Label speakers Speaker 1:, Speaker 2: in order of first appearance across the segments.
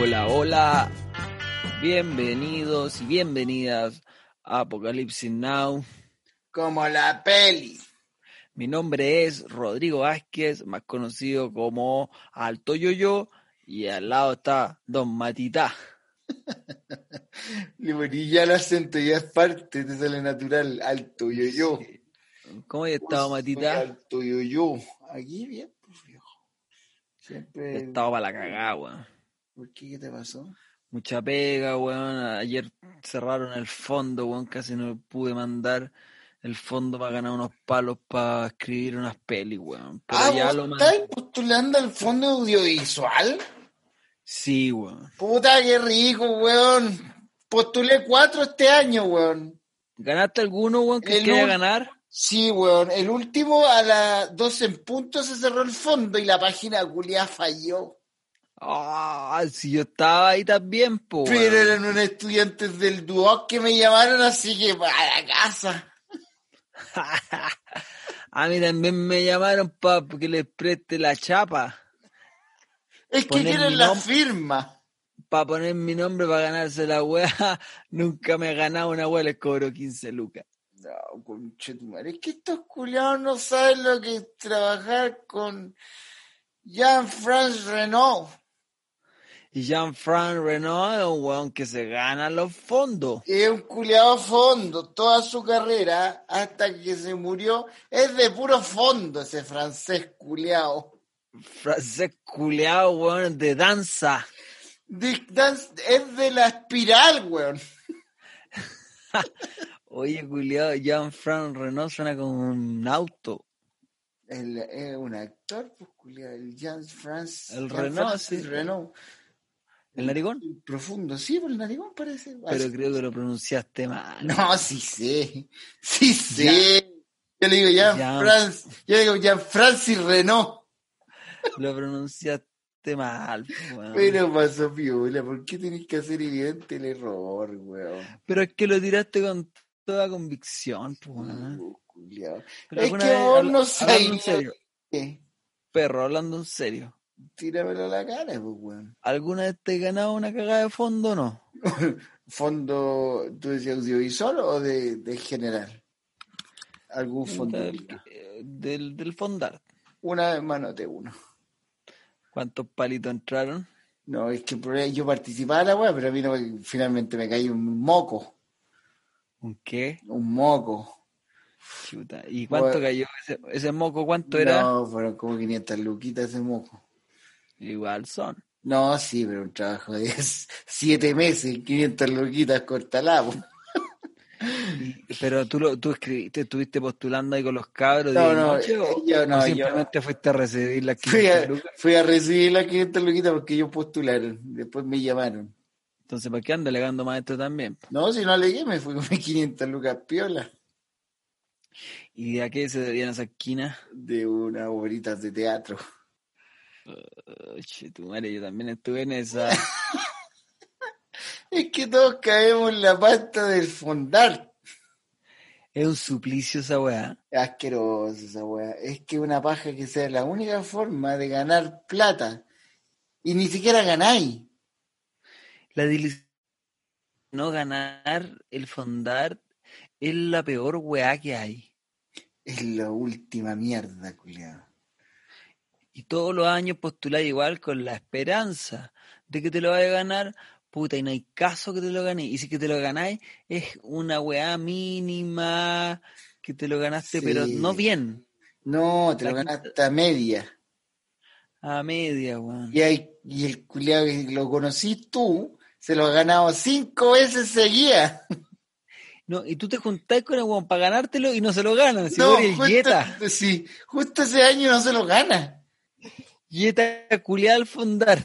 Speaker 1: Hola, hola. Bienvenidos y bienvenidas a Apocalipsis Now.
Speaker 2: Como la peli.
Speaker 1: Mi nombre es Rodrigo Vázquez, más conocido como Alto Yoyo, y al lado está Don Matita.
Speaker 2: Le morí ya el acento, ya es parte, te sale natural. Al tuyo yo.
Speaker 1: ¿Cómo has estado, Matita?
Speaker 2: Al tuyo yo. Aquí bien, pues viejo. Siempre.
Speaker 1: He estado para la cagada, weón.
Speaker 2: ¿Por qué? ¿Qué te pasó?
Speaker 1: Mucha pega, weón. Ayer cerraron el fondo, weón. Casi no pude mandar el fondo para ganar unos palos para escribir unas pelis, weón. Pero
Speaker 2: ah,
Speaker 1: ya
Speaker 2: vos
Speaker 1: lo mandé.
Speaker 2: estás postulando al fondo audiovisual.
Speaker 1: Sí, weón.
Speaker 2: Puta, qué rico, weón. Postulé cuatro este año, weón.
Speaker 1: ¿Ganaste alguno, weón, que
Speaker 2: El
Speaker 1: quería
Speaker 2: ul-
Speaker 1: ganar?
Speaker 2: Sí, weón. El último a las 12 en punto se cerró el fondo y la página culia falló.
Speaker 1: Ah, si yo estaba ahí también, po. weón.
Speaker 2: Pero eran unos estudiantes del Duoc que me llamaron, así que para la casa.
Speaker 1: A mí también me llamaron para que les preste la chapa,
Speaker 2: Es que
Speaker 1: Ponen mi
Speaker 2: quieren la
Speaker 1: nombre.
Speaker 2: firma.
Speaker 1: para poner mi nombre para ganarse la weá. Nunca me ha ganado una weá, les cobro 15 lucas.
Speaker 2: No, conchetumare, es que estos culiados no saben lo que es trabajar con Jean-Franz Renault.
Speaker 1: Y Jean-Franc Renault es un weón que se gana los fondos.
Speaker 2: Es un culiado fondo, toda su carrera, hasta que se murió, es de puro fondo ese francés culiado.
Speaker 1: Francés culeado, weón, de danza.
Speaker 2: Dick Dance es de la espiral, weón.
Speaker 1: Oye, culeado, Jean-Franc Renault suena como un auto.
Speaker 2: El- Es un actor, pues, culiao, el Jean France.
Speaker 1: El
Speaker 2: Jean
Speaker 1: Renault,
Speaker 2: France,
Speaker 1: sí.
Speaker 2: el Renault. Mm.
Speaker 1: ¿El narigón?
Speaker 2: El profundo, sí, por el narigón parece.
Speaker 1: Pero creo que lo pronunciaste mal.
Speaker 2: No, sí sé. Sí sé. Yo le digo Jean,
Speaker 1: Jean-
Speaker 2: France. Yo le digo Jean Francis Renault.
Speaker 1: Lo pronunciaste mal, po, weón.
Speaker 2: Pero pasó piola, ¿por qué tenés que hacer evidente el error, weón?
Speaker 1: Pero es que lo tiraste con toda convicción, pues. weón.
Speaker 2: Uh, culiao.
Speaker 1: Pero
Speaker 2: Es
Speaker 1: alguna
Speaker 2: que
Speaker 1: vez,
Speaker 2: vos
Speaker 1: habla-
Speaker 2: no sé.
Speaker 1: Hablando en serio,
Speaker 2: ¿Qué?
Speaker 1: perro, hablando en serio.
Speaker 2: Tíramelo a la cara, pues, weón.
Speaker 1: ¿Alguna vez te has ganado una cagada de fondo o no?
Speaker 2: ¿Fondo, tú decías audiovisual o de, de general? Algún fondo.
Speaker 1: Del,
Speaker 2: culiao.
Speaker 1: eh, del, del fondar.
Speaker 2: Una vez más noté uno.
Speaker 1: ¿Cuántos palitos entraron?
Speaker 2: No, es que por ahí yo participaba en la weá, pero a mí no me- finalmente me caí un moco.
Speaker 1: ¿Un qué?
Speaker 2: Un moco.
Speaker 1: Chuta. ¿Y cuánto
Speaker 2: Bueno.
Speaker 1: cayó ese, ese moco? ¿Cuánto era?
Speaker 2: No, fueron como 500 luquitas ese moco.
Speaker 1: Igual son.
Speaker 2: No, sí, pero un trabajo de 7 meses, 500 luquitas cortalado.
Speaker 1: Y- Pero tú, lo, tú escribiste, estuviste postulando ahí con los cabros.
Speaker 2: No,
Speaker 1: día y
Speaker 2: no,
Speaker 1: noche, o,
Speaker 2: yo no,
Speaker 1: o
Speaker 2: yo-
Speaker 1: simplemente fuiste a recibir la
Speaker 2: Fui a, fui a recibir las 500 luquitas porque ellos postularon. Después me llamaron.
Speaker 1: Entonces, ¿para qué anda legando maestro también?
Speaker 2: No, si no alegué, me fui con mis 500 lucas piola
Speaker 1: ¿Y a qué se debían esas esquinas?
Speaker 2: de unas horitas de teatro.
Speaker 1: Oye, Oh, tu madre, yo también estuve en esa.
Speaker 2: Es que todos caemos en la pasta del fondar.
Speaker 1: es un suplicio esa weá.
Speaker 2: Asqueroso esa weá. Es que una paja que sea la única forma de ganar plata. Y ni siquiera ganáis.
Speaker 1: La diligencia no ganar el fondar es la peor weá que hay.
Speaker 2: Es la última mierda, culiado.
Speaker 1: Y todos los años postular igual con la esperanza de que te lo vaya a ganar. Puta, y no hay caso que te lo ganéis. Y si que te lo ganáis, es una weá mínima que te lo ganaste, pero
Speaker 2: Sí.
Speaker 1: no bien.
Speaker 2: No, te lo
Speaker 1: La-
Speaker 2: ganaste a media.
Speaker 1: a media, weón.
Speaker 2: Y, hay- y el culiado que lo conocí tú, se lo ha ganado cinco veces seguidas.
Speaker 1: No, y tú te juntás con el weón para ganártelo y no se lo ganan. Si
Speaker 2: no,
Speaker 1: no, eres
Speaker 2: justo,
Speaker 1: yeta.
Speaker 2: sí, justo ese año no se lo gana.
Speaker 1: Yeta culiada al fundar.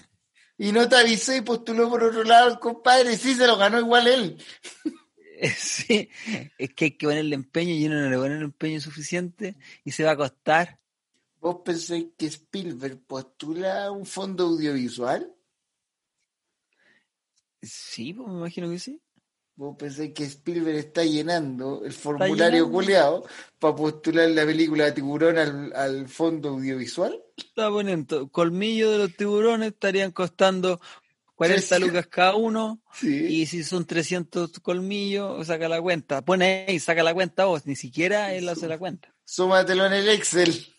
Speaker 2: Y no te avisó y postuló por otro lado el compadre, y sí, se lo ganó igual él.
Speaker 1: Sí, es que hay que ponerle empeño y uno no le pone el empeño suficiente y se va a costar.
Speaker 2: ¿Vos pensáis que Spielberg postula un fondo audiovisual?
Speaker 1: Sí, pues me imagino que sí.
Speaker 2: ¿Vos pensáis que Spielberg está llenando el formulario
Speaker 1: llenando.
Speaker 2: culeado para postular la película Tiburón al, al fondo audiovisual?
Speaker 1: La ponen to- colmillo de los tiburones estarían costando 40
Speaker 2: Sí.
Speaker 1: lucas cada uno.
Speaker 2: Sí.
Speaker 1: Y si son 300 colmillos, saca la cuenta. Pone ahí, saca la cuenta vos. Ni siquiera él hace la cuenta.
Speaker 2: Súmatelo en el Excel.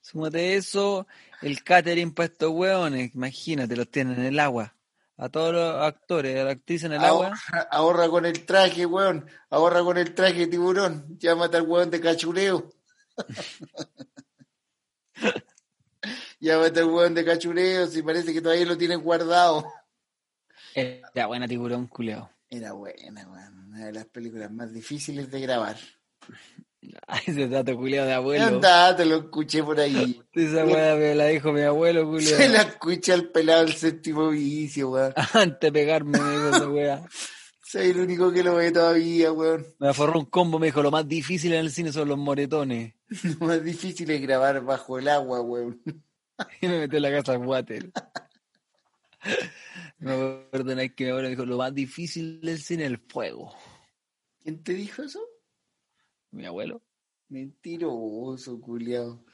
Speaker 1: Súmate eso, el catering para estos hueones. Imagínate, los tienen en el agua. A todos los actores, a la actriz en el agua.
Speaker 2: Ahorra, ahorra con el traje, weón. Ahorra con el traje, tiburón. Llámate al weón de cachureo. Llámate al weón de cachureo si parece que todavía lo tienen guardado.
Speaker 1: Era buena tiburón, culeado.
Speaker 2: Era buena, weón. Una de las películas más difíciles de grabar.
Speaker 1: Ay, ese dato culiado de abuelo.
Speaker 2: Anda, te lo escuché por ahí.
Speaker 1: Esa weá me la dijo mi abuelo,
Speaker 2: Se
Speaker 1: culiado.
Speaker 2: la escuché al pelado del séptimo vicio, weón.
Speaker 1: Antes de pegarme, me dijo esa weá.
Speaker 2: Soy el único que lo ve todavía, weón.
Speaker 1: Me aforró un combo, me dijo, lo más difícil en el cine son los moretones.
Speaker 2: Lo más difícil es grabar bajo el agua, weón.
Speaker 1: Y me metió en la casa al water. Me acuerdo una vez que mi abuelo me dijo, lo más difícil del cine es el fuego.
Speaker 2: ¿Quién te dijo eso?
Speaker 1: Mi abuelo.
Speaker 2: Mentiroso, culiao.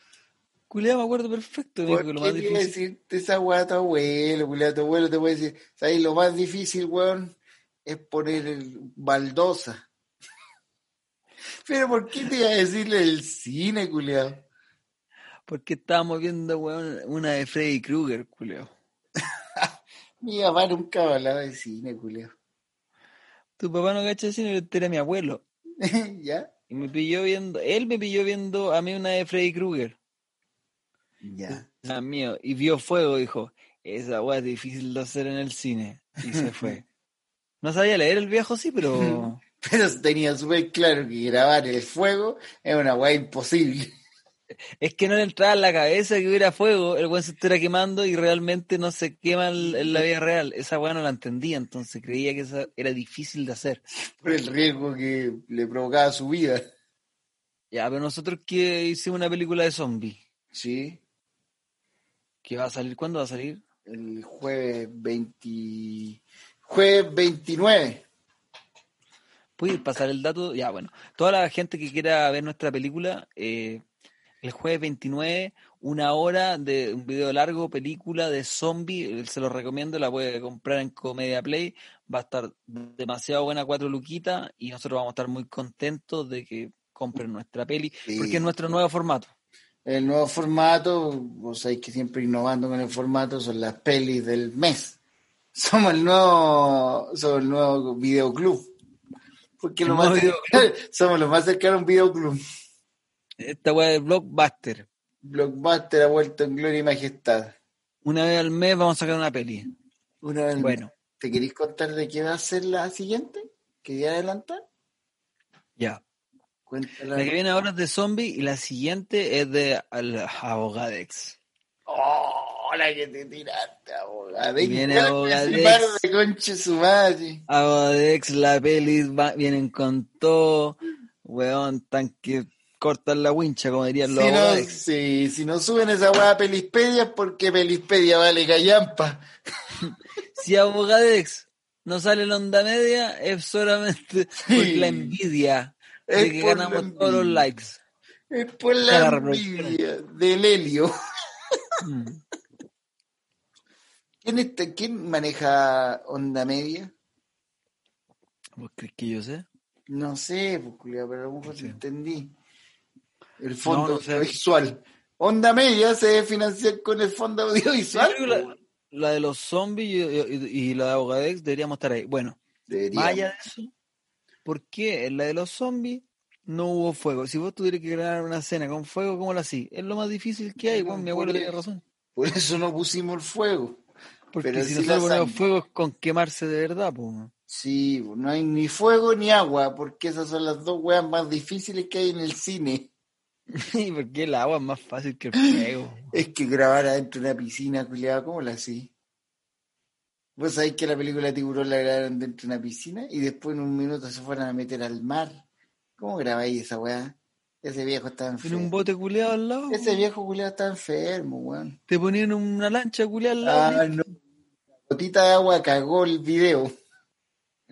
Speaker 1: Culeado me acuerdo perfecto, me dijo
Speaker 2: ¿Por
Speaker 1: que
Speaker 2: qué
Speaker 1: lo más
Speaker 2: le iba a
Speaker 1: difícil.
Speaker 2: decirte esa weá a tu abuelo, culiao? Tu abuelo te puede decir, ¿sabes? Lo más difícil, weón, es poner el baldosa. Pero ¿por qué te iba a decirle el cine, culiao?
Speaker 1: Porque estábamos viendo, weón, una de Freddy Krueger, culeado.
Speaker 2: Mi papá nunca me hablaba de cine, culiao.
Speaker 1: Tu papá no cacha el cine, pero este era mi abuelo.
Speaker 2: ¿Ya?
Speaker 1: Y me pilló viendo, él me pilló viendo a mí una de Freddy Krueger.
Speaker 2: Ya.
Speaker 1: Ah, mío. Y vio fuego, dijo, esa weá es difícil de hacer en el cine. Y se fue. No sabía leer el viejo, sí, pero...
Speaker 2: Pero tenía súper claro que grabar el fuego es una weá imposible.
Speaker 1: Es que no le entraba en la cabeza que hubiera fuego, el weón se estuviera quemando y realmente no se quema en en la vida real. Esa weá no la entendía, entonces creía que esa era difícil de hacer.
Speaker 2: Por el riesgo que le provocaba su vida.
Speaker 1: Ya, pero nosotros que hicimos una película de zombies,
Speaker 2: Sí.
Speaker 1: que va a salir, ¿cuándo va a salir?
Speaker 2: el jueves 20, jueves 29.
Speaker 1: ¿Puedes pasar el dato? Ya, bueno. Toda la gente que quiera ver nuestra película, eh, el jueves 29, una hora de un video largo, película de zombie, eh, se los recomiendo, la puede comprar en Comedia Play, va a estar demasiado buena, cuatro luquitas, y nosotros vamos a estar muy contentos de que compren nuestra peli,
Speaker 2: Sí.
Speaker 1: porque es nuestro nuevo formato.
Speaker 2: El nuevo formato, vos sabéis que siempre innovando con el formato, son las pelis del mes. Somos el nuevo, somos el nuevo videoclub. Porque
Speaker 1: El
Speaker 2: lo más
Speaker 1: nuevo
Speaker 2: cercano- somos los más cercanos a un videoclub.
Speaker 1: Esta weá de Blockbuster.
Speaker 2: Blockbuster ha vuelto en gloria y majestad.
Speaker 1: Una vez al mes vamos a sacar una peli.
Speaker 2: Una vez más.
Speaker 1: Bueno,
Speaker 2: ¿Te queréis contar de qué va a ser la siguiente? ¿Quería adelantar?
Speaker 1: ya.
Speaker 2: Cuéntala.
Speaker 1: La que viene ahora es de zombie y la siguiente es de al- Abogadex.
Speaker 2: ¡Oh, la que te tiraste, abogado!
Speaker 1: Viene abogadex.
Speaker 2: de conche su madre!
Speaker 1: Abogadex, la pelis va- vienen con todo. Weón, tan que cortan la wincha, como dirían
Speaker 2: Si
Speaker 1: los
Speaker 2: no,
Speaker 1: Abogadex.
Speaker 2: sí, si no suben esa weá a Pelispedia, es porque Pelispedia vale callampa.
Speaker 1: Si Abogadex no sale en onda media, es solamente por
Speaker 2: Sí.
Speaker 1: la envidia de
Speaker 2: Es
Speaker 1: que
Speaker 2: por la
Speaker 1: ganamos todos los
Speaker 2: envidia.
Speaker 1: likes.
Speaker 2: Es por
Speaker 1: Cada
Speaker 2: la
Speaker 1: reproducción.
Speaker 2: envidia del helio.
Speaker 1: Mm.
Speaker 2: ¿Quién, está- ¿Quién maneja onda media?
Speaker 1: ¿Vos crees que yo sé?
Speaker 2: No sé, pues, culiao, pero a lo mejor
Speaker 1: Sí.
Speaker 2: te entendí. El fondo
Speaker 1: no sé.
Speaker 2: audiovisual. Onda media se debe financiar con el fondo audiovisual.
Speaker 1: Yo creo que la, la de los zombies y, y- y la de Abogadex deberíamos estar ahí. Bueno,
Speaker 2: Deberíamos.
Speaker 1: Más allá de eso, ¿por qué en la de los zombies no hubo fuego? Si vos tuvieras que grabar una cena con fuego, ¿cómo la así? Es lo más difícil que hay,
Speaker 2: Era
Speaker 1: weón,
Speaker 2: un
Speaker 1: mi abuelo
Speaker 2: puré.
Speaker 1: tenía razón.
Speaker 2: Por eso no pusimos el fuego.
Speaker 1: Porque
Speaker 2: Pero
Speaker 1: si
Speaker 2: sí
Speaker 1: no
Speaker 2: la
Speaker 1: se ponen
Speaker 2: sangre.
Speaker 1: fuegos con quemarse de verdad, pues.
Speaker 2: Sí, no hay ni fuego ni agua, porque esas son las dos weas más difíciles que hay en el cine.
Speaker 1: Porque el agua es más fácil que el fuego.
Speaker 2: Es que grabar adentro de una piscina, culiado, ¿cómo la así? Vos sabés que la película Tiburón la grabaron dentro de una piscina y después en un minuto se fueron a meter al mar. ¿Cómo grabáis esa weá? Ese viejo
Speaker 1: En
Speaker 2: está
Speaker 1: un
Speaker 2: enfermo.
Speaker 1: bote culeado al lado.
Speaker 2: Ese viejo culiado está enfermo, weón.
Speaker 1: Te ponían una lancha culeada al lado.
Speaker 2: Ah,
Speaker 1: ¿sí?
Speaker 2: no. Gotita de agua cagó el video.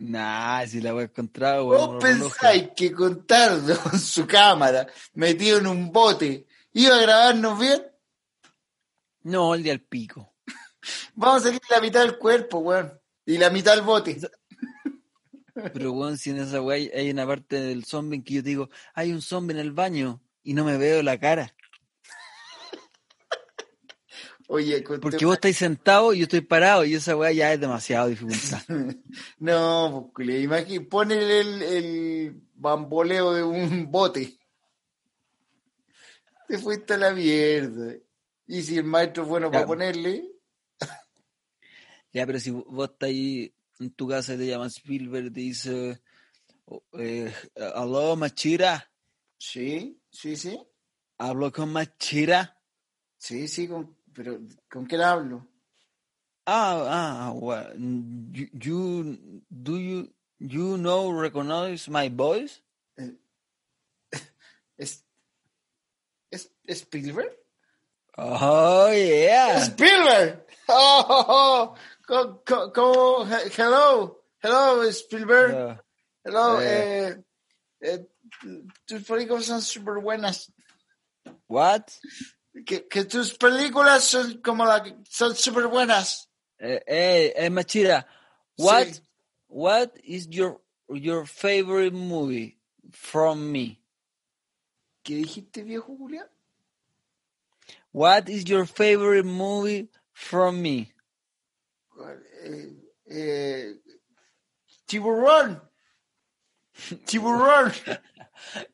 Speaker 1: Nah, si la voy a encontrar,
Speaker 2: ¿Vos
Speaker 1: weón.
Speaker 2: pensáis que con Tardo, con su cámara, metido en un bote, iba a grabarnos bien?
Speaker 1: No, el día al pico.
Speaker 2: Vamos a salir la mitad del cuerpo, weón. Y la mitad del bote.
Speaker 1: Pero, weón, si en esa weá hay- hay una parte del zombie en que yo te digo, hay un zombie en el baño y no me veo la cara.
Speaker 2: Oye, con
Speaker 1: Porque
Speaker 2: tema-
Speaker 1: vos estáis sentado y yo estoy parado y esa weá ya es demasiado dificultad.
Speaker 2: No, pues, culiao, imagín- ponele el, el bamboleo de un bote. Te fuiste a la mierda. Y si el maestro es bueno
Speaker 1: Ya.
Speaker 2: para ponerle,
Speaker 1: Ya, pero si vo- vos estás ahí en tu casa y te llaman Spielberg y te dice, oh, eh, aló, Machira,
Speaker 2: sí, sí, sí,
Speaker 1: hablo con Machira.
Speaker 2: sí, sí, con- pero ¿con qué le hablo?
Speaker 1: Ah, ah, well, you, you- do you, you know, recognize my voice?
Speaker 2: ¿Es, es, Spielberg?
Speaker 1: Oh, yeah.
Speaker 2: ¡Spielberg! ¡Oh, oh, oh! Co- co- co- he- hello, hello, Spielberg.
Speaker 1: Yeah.
Speaker 2: Hello,
Speaker 1: Eh.
Speaker 2: eh, eh, tus películas son súper buenas.
Speaker 1: What?
Speaker 2: Que, que tus películas son como la que- son súper buenas.
Speaker 1: Eh, hey, hey, Machira, what,
Speaker 2: Sí.
Speaker 1: what is your, your favorite movie from me?
Speaker 2: ¿Qué dijiste, viejo Julián?
Speaker 1: What is your favorite movie from me?
Speaker 2: Eh, eh, tiburón. Tiburón.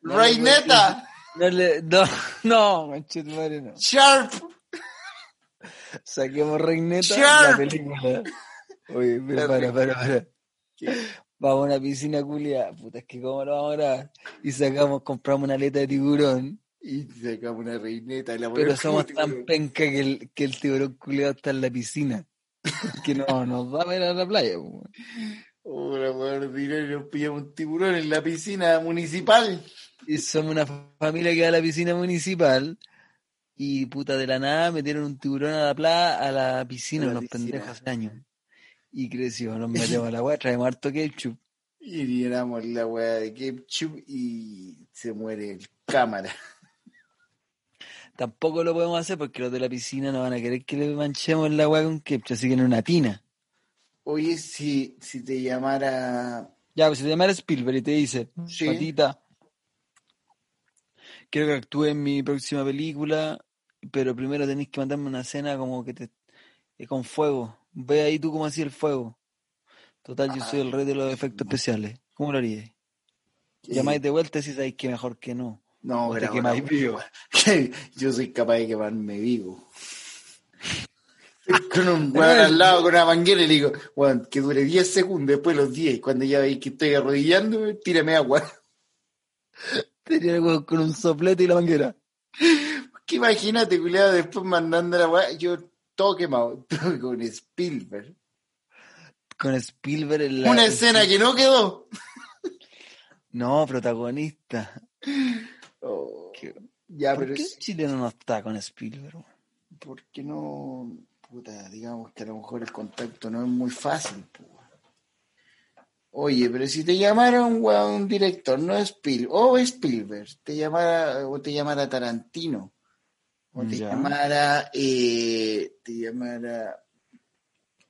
Speaker 1: No le
Speaker 2: Reineta.
Speaker 1: No, le- no, no, conchetumare, no.
Speaker 2: Sharp.
Speaker 1: Saquemos Reineta
Speaker 2: Sharp.
Speaker 1: la película. Oye, pero para, para, para. Vamos a una piscina culia, puta, es que cómo lo vamos a grabar. Y sacamos, compramos una aleta de tiburón,
Speaker 2: Y sacamos una reineta. y la
Speaker 1: pero
Speaker 2: ponemos como
Speaker 1: somos tan
Speaker 2: tiburón.
Speaker 1: penca que el, que el tiburón culiado está en la piscina. Que no, nos va a ver a la playa. po, weón.
Speaker 2: Hola, weón, dinero, y nos pillamos un tiburón en la piscina municipal.
Speaker 1: Y somos una familia que va a la piscina municipal y puta de la nada metieron un tiburón a la playa, a la piscina,
Speaker 2: A la
Speaker 1: unos
Speaker 2: piscina.
Speaker 1: pendejos hace años. Y creció, nos metemos a la weá, traemos harto ketchup.
Speaker 2: Y llenamos la weá de ketchup y se muere el cámara.
Speaker 1: Tampoco lo podemos hacer porque los de la piscina no van a querer que le manchemos la weá con ketchup, así que en una tina.
Speaker 2: Oye, si, si te llamara.
Speaker 1: Ya, pues si te llamara Spielberg y te dice,
Speaker 2: Sí.
Speaker 1: patita, quiero que actúe en mi próxima película, pero primero tenés que mandarme una escena como que te eh, con fuego. Ve ahí tú cómo hacía el fuego. Total, yo soy el rey de los efectos especiales. ¿Cómo lo harías? Llamáis de vuelta si sabéis que mejor que no.
Speaker 2: Eh, No,
Speaker 1: o te
Speaker 2: graba la
Speaker 1: quemáis
Speaker 2: weá.
Speaker 1: vivo.
Speaker 2: Yo soy capaz de quemarme vivo. Estoy Con un weón
Speaker 1: Pero-
Speaker 2: al lado, con una manguera, y le digo, weón, que dure 10 segundos, después los 10, cuando ya veis que estoy arrodillando, tírame agua.
Speaker 1: Tenía el huevo con un soplete y la manguera.
Speaker 2: Que imagínate, culiado, después mandando la weá, yo todo quemado, todo con Spielberg.
Speaker 1: Con Spielberg en la...
Speaker 2: Una escena que no quedó.
Speaker 1: No, protagonista.
Speaker 2: Oh,
Speaker 1: ¿Qué-
Speaker 2: ya,
Speaker 1: ¿Por
Speaker 2: pero
Speaker 1: qué
Speaker 2: es-
Speaker 1: el chileno no está con Spielberg? weón?
Speaker 2: porque no, puta, digamos que a lo mejor el contacto no es muy fácil. po, weón. Oye, pero si te llamara un, weón, un director, no Spielberg, o Spielberg, te llamara, o te llamara Tarantino, o te
Speaker 1: Ya.
Speaker 2: llamara, eh, te llamara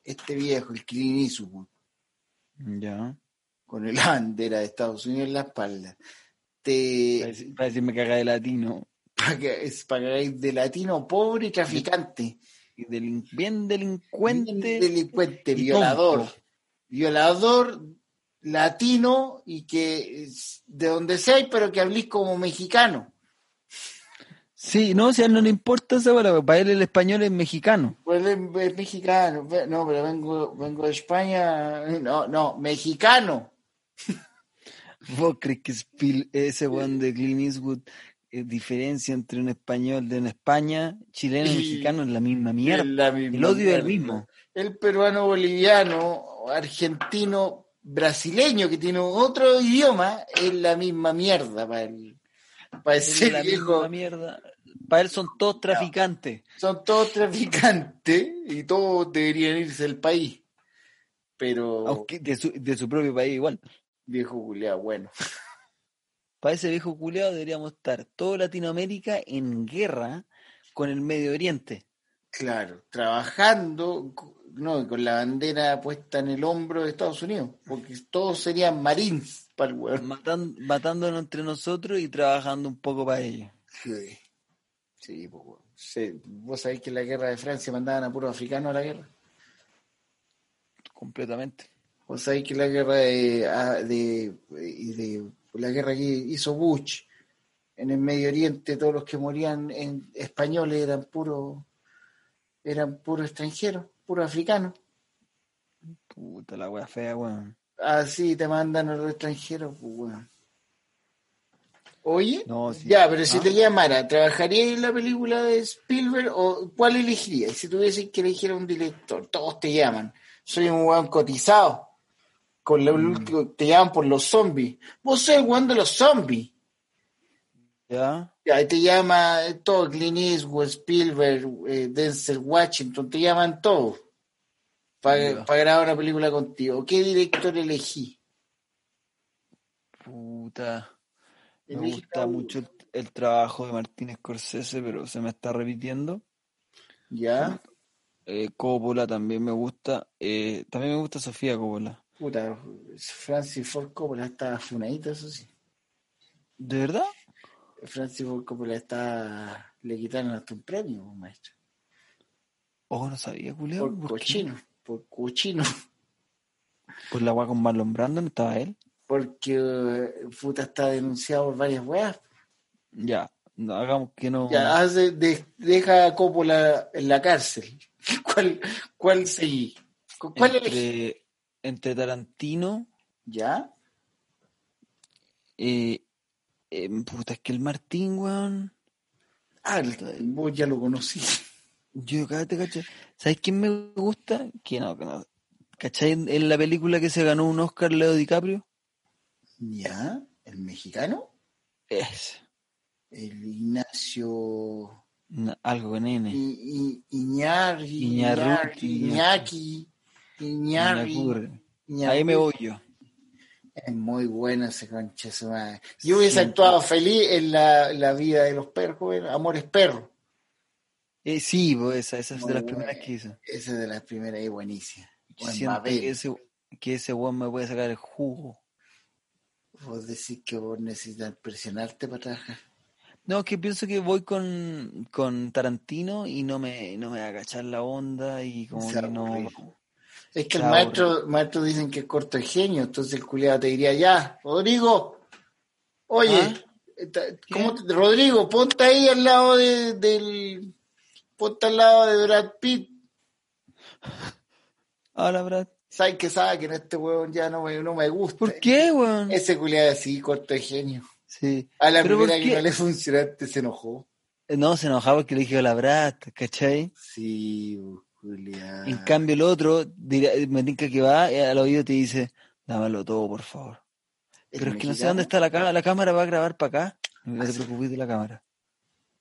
Speaker 2: este viejo, el Clint Eastwood,
Speaker 1: Ya.
Speaker 2: con el bandera de Estados Unidos en la espalda, te,
Speaker 1: Para decirme que haga de latino.
Speaker 2: para que, es para que hagáis de latino pobre y traficante.
Speaker 1: y delin- bien delincuente.
Speaker 2: Bien delincuente,
Speaker 1: y
Speaker 2: violador.
Speaker 1: tonto.
Speaker 2: Violador latino y que es de donde sea, pero que hablís como mexicano.
Speaker 1: Sí, no, si a él no le importa esa palabra, para él el español es mexicano.
Speaker 2: Pues él es, es mexicano, pe- no, pero vengo, vengo de España, no, no, mexicano.
Speaker 1: ¿Vos crees que Spiel- ese weón de Clint Eastwood eh, diferencia entre un español de una España, chileno y
Speaker 2: Y-
Speaker 1: mexicano es la misma mierda?
Speaker 2: Es la misma
Speaker 1: El odio es el
Speaker 2: mierda.
Speaker 1: mismo.
Speaker 2: El peruano, boliviano, argentino, brasileño que tiene otro idioma es la misma mierda para el, para
Speaker 1: Es
Speaker 2: ese
Speaker 1: la
Speaker 2: viejo.
Speaker 1: misma mierda. Para él son todos traficantes.
Speaker 2: Son todos traficantes y todos deberían irse del país. Pero
Speaker 1: aunque de su, de su propio país igual.
Speaker 2: viejo culiao, bueno.
Speaker 1: Para ese viejo culeado deberíamos estar toda Latinoamérica en guerra con el Medio Oriente.
Speaker 2: Claro, trabajando co- no, y con la bandera puesta en el hombro de Estados Unidos, porque todos serían marines para el weón.
Speaker 1: matan- matándonos entre nosotros y trabajando un poco para ellos.
Speaker 2: Sí, Sí, po, weón. Sí, vos sabés que en la guerra de Francia mandaban a puros africanos a la guerra.
Speaker 1: Completamente.
Speaker 2: Vos sabés que la guerra de, a- de- y de- la guerra que hizo Bush en el Medio Oriente, todos los que morían en españoles eran puros eran puro extranjeros, puros africanos.
Speaker 1: Puta la wea fea, weón.
Speaker 2: Así Ah, te mandan a los extranjeros, pues weón. Oye,
Speaker 1: No, sí.
Speaker 2: ya, pero si
Speaker 1: ¿Ah?
Speaker 2: te llamara, ¿trabajarías en la película de Spielberg o cuál elegirías? Si tuvieses que elegir a un director, todos te llaman. Soy un weón cotizado. Con lo
Speaker 1: Mm.
Speaker 2: último, te llaman por los zombies. Vos sos el weón de los zombies.
Speaker 1: ¿Ya?
Speaker 2: Ya, y te llama eh, todo, Clint Eastwood, Spielberg, eh, Denzel Washington, te llaman todos para
Speaker 1: Ya.
Speaker 2: grabar una película contigo. ¿Qué director elegí?
Speaker 1: Puta. Me
Speaker 2: Elegí a
Speaker 1: gusta
Speaker 2: uno.
Speaker 1: mucho el, el trabajo de Martín Scorsese, pero se me está repitiendo.
Speaker 2: Ya.
Speaker 1: Eh, Coppola también me gusta. Eh, también me gusta Sofía Coppola.
Speaker 2: Puta, Francis Ford Coppola está funadita, eso sí.
Speaker 1: ¿De verdad?
Speaker 2: Francis Ford Coppola está. Le quitaron hasta un premio, pues, maestro.
Speaker 1: Oh, no sabía, culiao.
Speaker 2: Por
Speaker 1: ¿Por qué?
Speaker 2: cochino, por cochino.
Speaker 1: Por la wea con Marlon Brando, ¿no estaba él?
Speaker 2: Porque eh, puta está denunciado por varias weas.
Speaker 1: Ya. No, hagamos que no.
Speaker 2: Ya, ah, hace, de- deja a Coppola en la cárcel. ¿Cuál, cuál seguí? ¿Cu- ¿Cuál elegí?
Speaker 1: entre, entre Tarantino.
Speaker 2: ¿Ya?
Speaker 1: Eh, eh, puta, es que el Martín, weón.
Speaker 2: Ah, el- vos ya lo conocí.
Speaker 1: Yo acá te caché. ¿Sabes quién me gusta? Que no, que no. ¿Cachai? En, en la película que se ganó un Oscar Leo DiCaprio.
Speaker 2: ¿Ya? ¿El mexicano?
Speaker 1: Es.
Speaker 2: El Ignacio.
Speaker 1: na- algo con N.
Speaker 2: I- I- Iñarri,
Speaker 1: Iñarruti,
Speaker 2: Iñaki, Iñarri,
Speaker 1: Iñárritu.
Speaker 2: Iñarri.
Speaker 1: Ahí me voy yo.
Speaker 2: Es muy bueno ese concha de su madre. Yo hubiese
Speaker 1: Sí.
Speaker 2: actuado feliz en la, la vida de los perros, joven. Amores perros.
Speaker 1: Eh, sí, pues esa, esa es de
Speaker 2: Muy
Speaker 1: las
Speaker 2: buena.
Speaker 1: primeras que hizo.
Speaker 2: Esa es de las primeras y buenísima.
Speaker 1: Yo
Speaker 2: Buen
Speaker 1: siento
Speaker 2: papel.
Speaker 1: que ese, que ese weón me puede sacar el jugo.
Speaker 2: Vos decís que vos necesitas presionarte para trabajar.
Speaker 1: No, es que pienso que voy con, con Tarantino y no me, no me va a cachar la onda y como
Speaker 2: Se
Speaker 1: que no.
Speaker 2: aburre. Es que el
Speaker 1: Claro.
Speaker 2: maestro, maestro dicen que es corto de genio, entonces el culiado te diría ya, Rodrigo,
Speaker 1: ¿Ah?
Speaker 2: oye, ta- ¿cómo te- Rodrigo, ponte ahí al lado de- del, ponte al lado de Brad Pitt,
Speaker 1: Hola, Brad.
Speaker 2: sabes que sabe que en este huevón ya no me, no me gusta.
Speaker 1: ¿Por qué, weón?
Speaker 2: Ese culiado así, corto de genio.
Speaker 1: Sí.
Speaker 2: A la
Speaker 1: Pero ¿por
Speaker 2: primera que
Speaker 1: qué?
Speaker 2: no le funcionó, este se enojó.
Speaker 1: No, se enojaba porque le dije hola, Brad, ¿cachai?
Speaker 2: Sí, pues, culiado.
Speaker 1: En cambio, el otro, dirá, me tinca que va, eh, al oído te dice, dámelo todo, por favor. Pero es que no sé dónde está la cámara, la cámara va a grabar para acá. No te
Speaker 2: Así.
Speaker 1: preocupes de la cámara.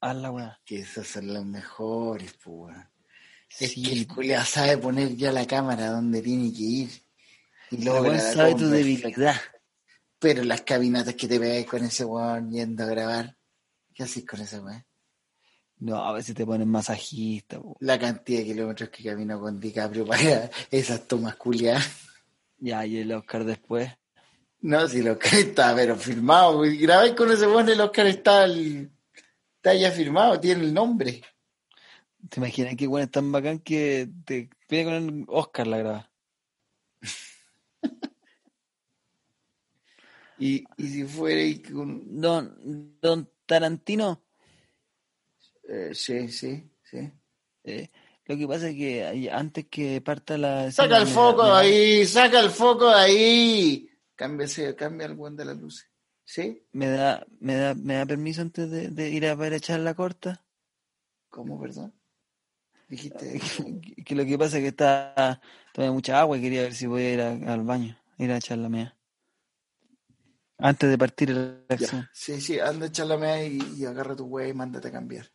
Speaker 1: Haz la weá.
Speaker 2: Que esas son las mejores, pues, weón. Es que
Speaker 1: Sí,
Speaker 2: el culiao sabe poner ya la cámara donde tiene que ir. Y
Speaker 1: la
Speaker 2: logra
Speaker 1: weá
Speaker 2: la
Speaker 1: sabe tu
Speaker 2: comba perfecta.
Speaker 1: debilidad.
Speaker 2: Pero las caminatas que te pegáis con ese weón yendo a grabar, ¿qué haces con esa weón?
Speaker 1: No, a veces te ponen masajista. po.
Speaker 2: La cantidad de kilómetros que camino con DiCaprio para esas tomas culiadas.
Speaker 1: Ya, y el Oscar después.
Speaker 2: No, si el Oscar está, pero firmado. güey. Grabáis con ese weón, el Oscar está, al- está ya firmado, tiene el nombre.
Speaker 1: ¿Te imaginas qué weón es tan bacán que te pide con el Oscar la graba?
Speaker 2: Y, y si fuera ahí con-
Speaker 1: Don, don Tarantino,
Speaker 2: Eh, sí, sí, sí.
Speaker 1: ¿eh? Lo que pasa es que ahí- antes que parta la...
Speaker 2: Saca
Speaker 1: escena,
Speaker 2: el
Speaker 1: me-
Speaker 2: foco
Speaker 1: me-
Speaker 2: de ahí, saca el foco de ahí. Cámbiase, cambia el buen de las luces. ¿Sí?
Speaker 1: ¿Me da, me da, me da permiso antes de, de ir a ver a echar la corta?
Speaker 2: ¿Cómo, perdón? Dijiste.
Speaker 1: que, que lo que pasa es que está tomé mucha agua y quería ver si podía ir a- al baño, ir a echar la mea. Antes de partir la acción.
Speaker 2: Ya. Sí, sí, anda, échale y, y agarra tu wey y mándate a cambiar.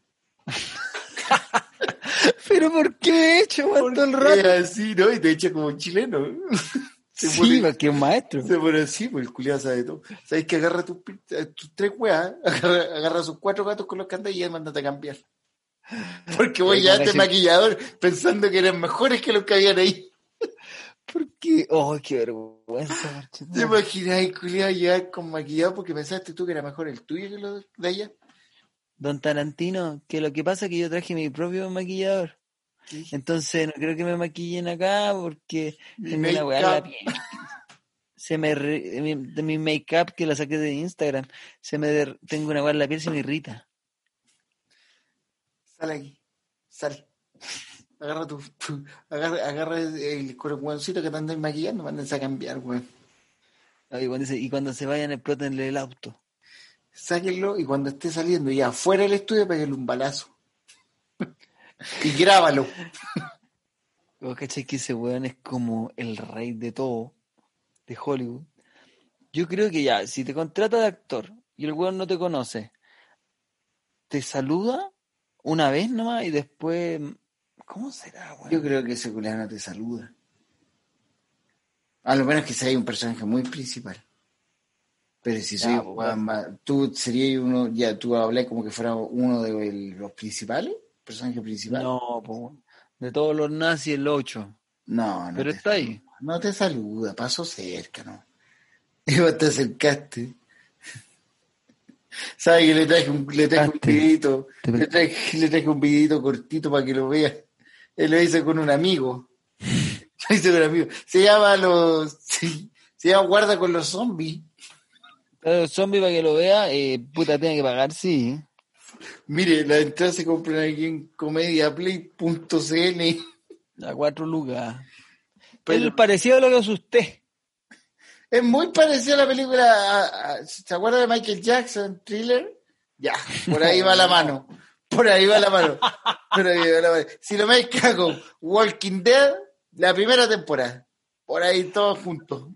Speaker 1: Pero ¿por qué he hecho más todo el rato?
Speaker 2: Eh, así, ¿no? Y te echa como chileno. Se
Speaker 1: Sí,
Speaker 2: pone-
Speaker 1: porque es un maestro.
Speaker 2: Se pone así, pues el culiado sabe todo. Sabes que agarra tus pin- eh, tus tres weas, agarra, agarra sus cuatro gatos con los que andas y ya mándate a cambiar. Porque vos
Speaker 1: Oye,
Speaker 2: ya
Speaker 1: con
Speaker 2: este
Speaker 1: la-
Speaker 2: maquillador pensando que eran mejores que los que habían ahí.
Speaker 1: ¿Por qué? Oh, qué vergüenza, conchetumare.
Speaker 2: ¿Te imaginas, culiado, llegar con maquillado porque pensaste tú que era mejor el tuyo que los de ella?
Speaker 1: Don Tarantino, que lo que pasa es que yo traje mi propio maquillador.
Speaker 2: ¿Qué?
Speaker 1: Entonces no creo que me maquillen acá porque
Speaker 2: Mi
Speaker 1: tengo una weá en
Speaker 2: make-up.
Speaker 1: la piel. Se me re- mi, de mi make-up que la saqué de Instagram, se me der- tengo una weá en la piel, se me irrita.
Speaker 2: Sal aquí, sal. Agarra tu, tu- agarra, agarra el cuerponcito que te andas maquillando, mándense a cambiar, weón.
Speaker 1: Ay, cuando dice, Ah, Y cuando se vayan, explotenle el auto.
Speaker 2: sáquenlo y cuando esté saliendo ya afuera del estudio, pégale un balazo. y grábalo.
Speaker 1: Vos cachai que ese weón es como el rey de todo, de Hollywood. Yo creo que ya, si te contrata de actor y el weón no te conoce, te saluda una vez nomás y después. ¿Cómo será, weón?
Speaker 2: Yo creo que ese culano no te saluda. A lo menos que sea un personaje muy principal. Pero si soy
Speaker 1: Ya,
Speaker 2: un
Speaker 1: pues,
Speaker 2: weón más- tú serías uno, ya tú hablas como que fuera uno de el- los principales, personaje principal.
Speaker 1: No, po, weón. de todos los nazis, el 8.
Speaker 2: no, no
Speaker 1: Pero
Speaker 2: te
Speaker 1: está ahí.
Speaker 2: saluda. No te saluda, pasó cerca, ¿no? Y vos te acercaste. ¿Sabes que le traje un, le traje un
Speaker 1: Acercaste.
Speaker 2: videito?
Speaker 1: Te
Speaker 2: Le traje, le traje un videito cortito para que lo vea. Él lo hizo con un amigo. Lo hizo con un amigo. Se llama los. Se, se llama Guarda con los zombies.
Speaker 1: Pero el zombie, para que lo vea, eh, puta, tiene que pagar, sí.
Speaker 2: Mire, la entrada se compran aquí en comediaplay.cl.
Speaker 1: A cuatro lucas.
Speaker 2: Pero-
Speaker 1: El parecido a lo que es usted.
Speaker 2: Es muy parecida a la película. a- a- ¿Se acuerda de Michael Jackson, thriller? Ya, por ahí va la mano. Por ahí va la mano. Por ahí va la mano. Si lo mezcla con Walking Dead, la primera temporada. Por ahí todos juntos.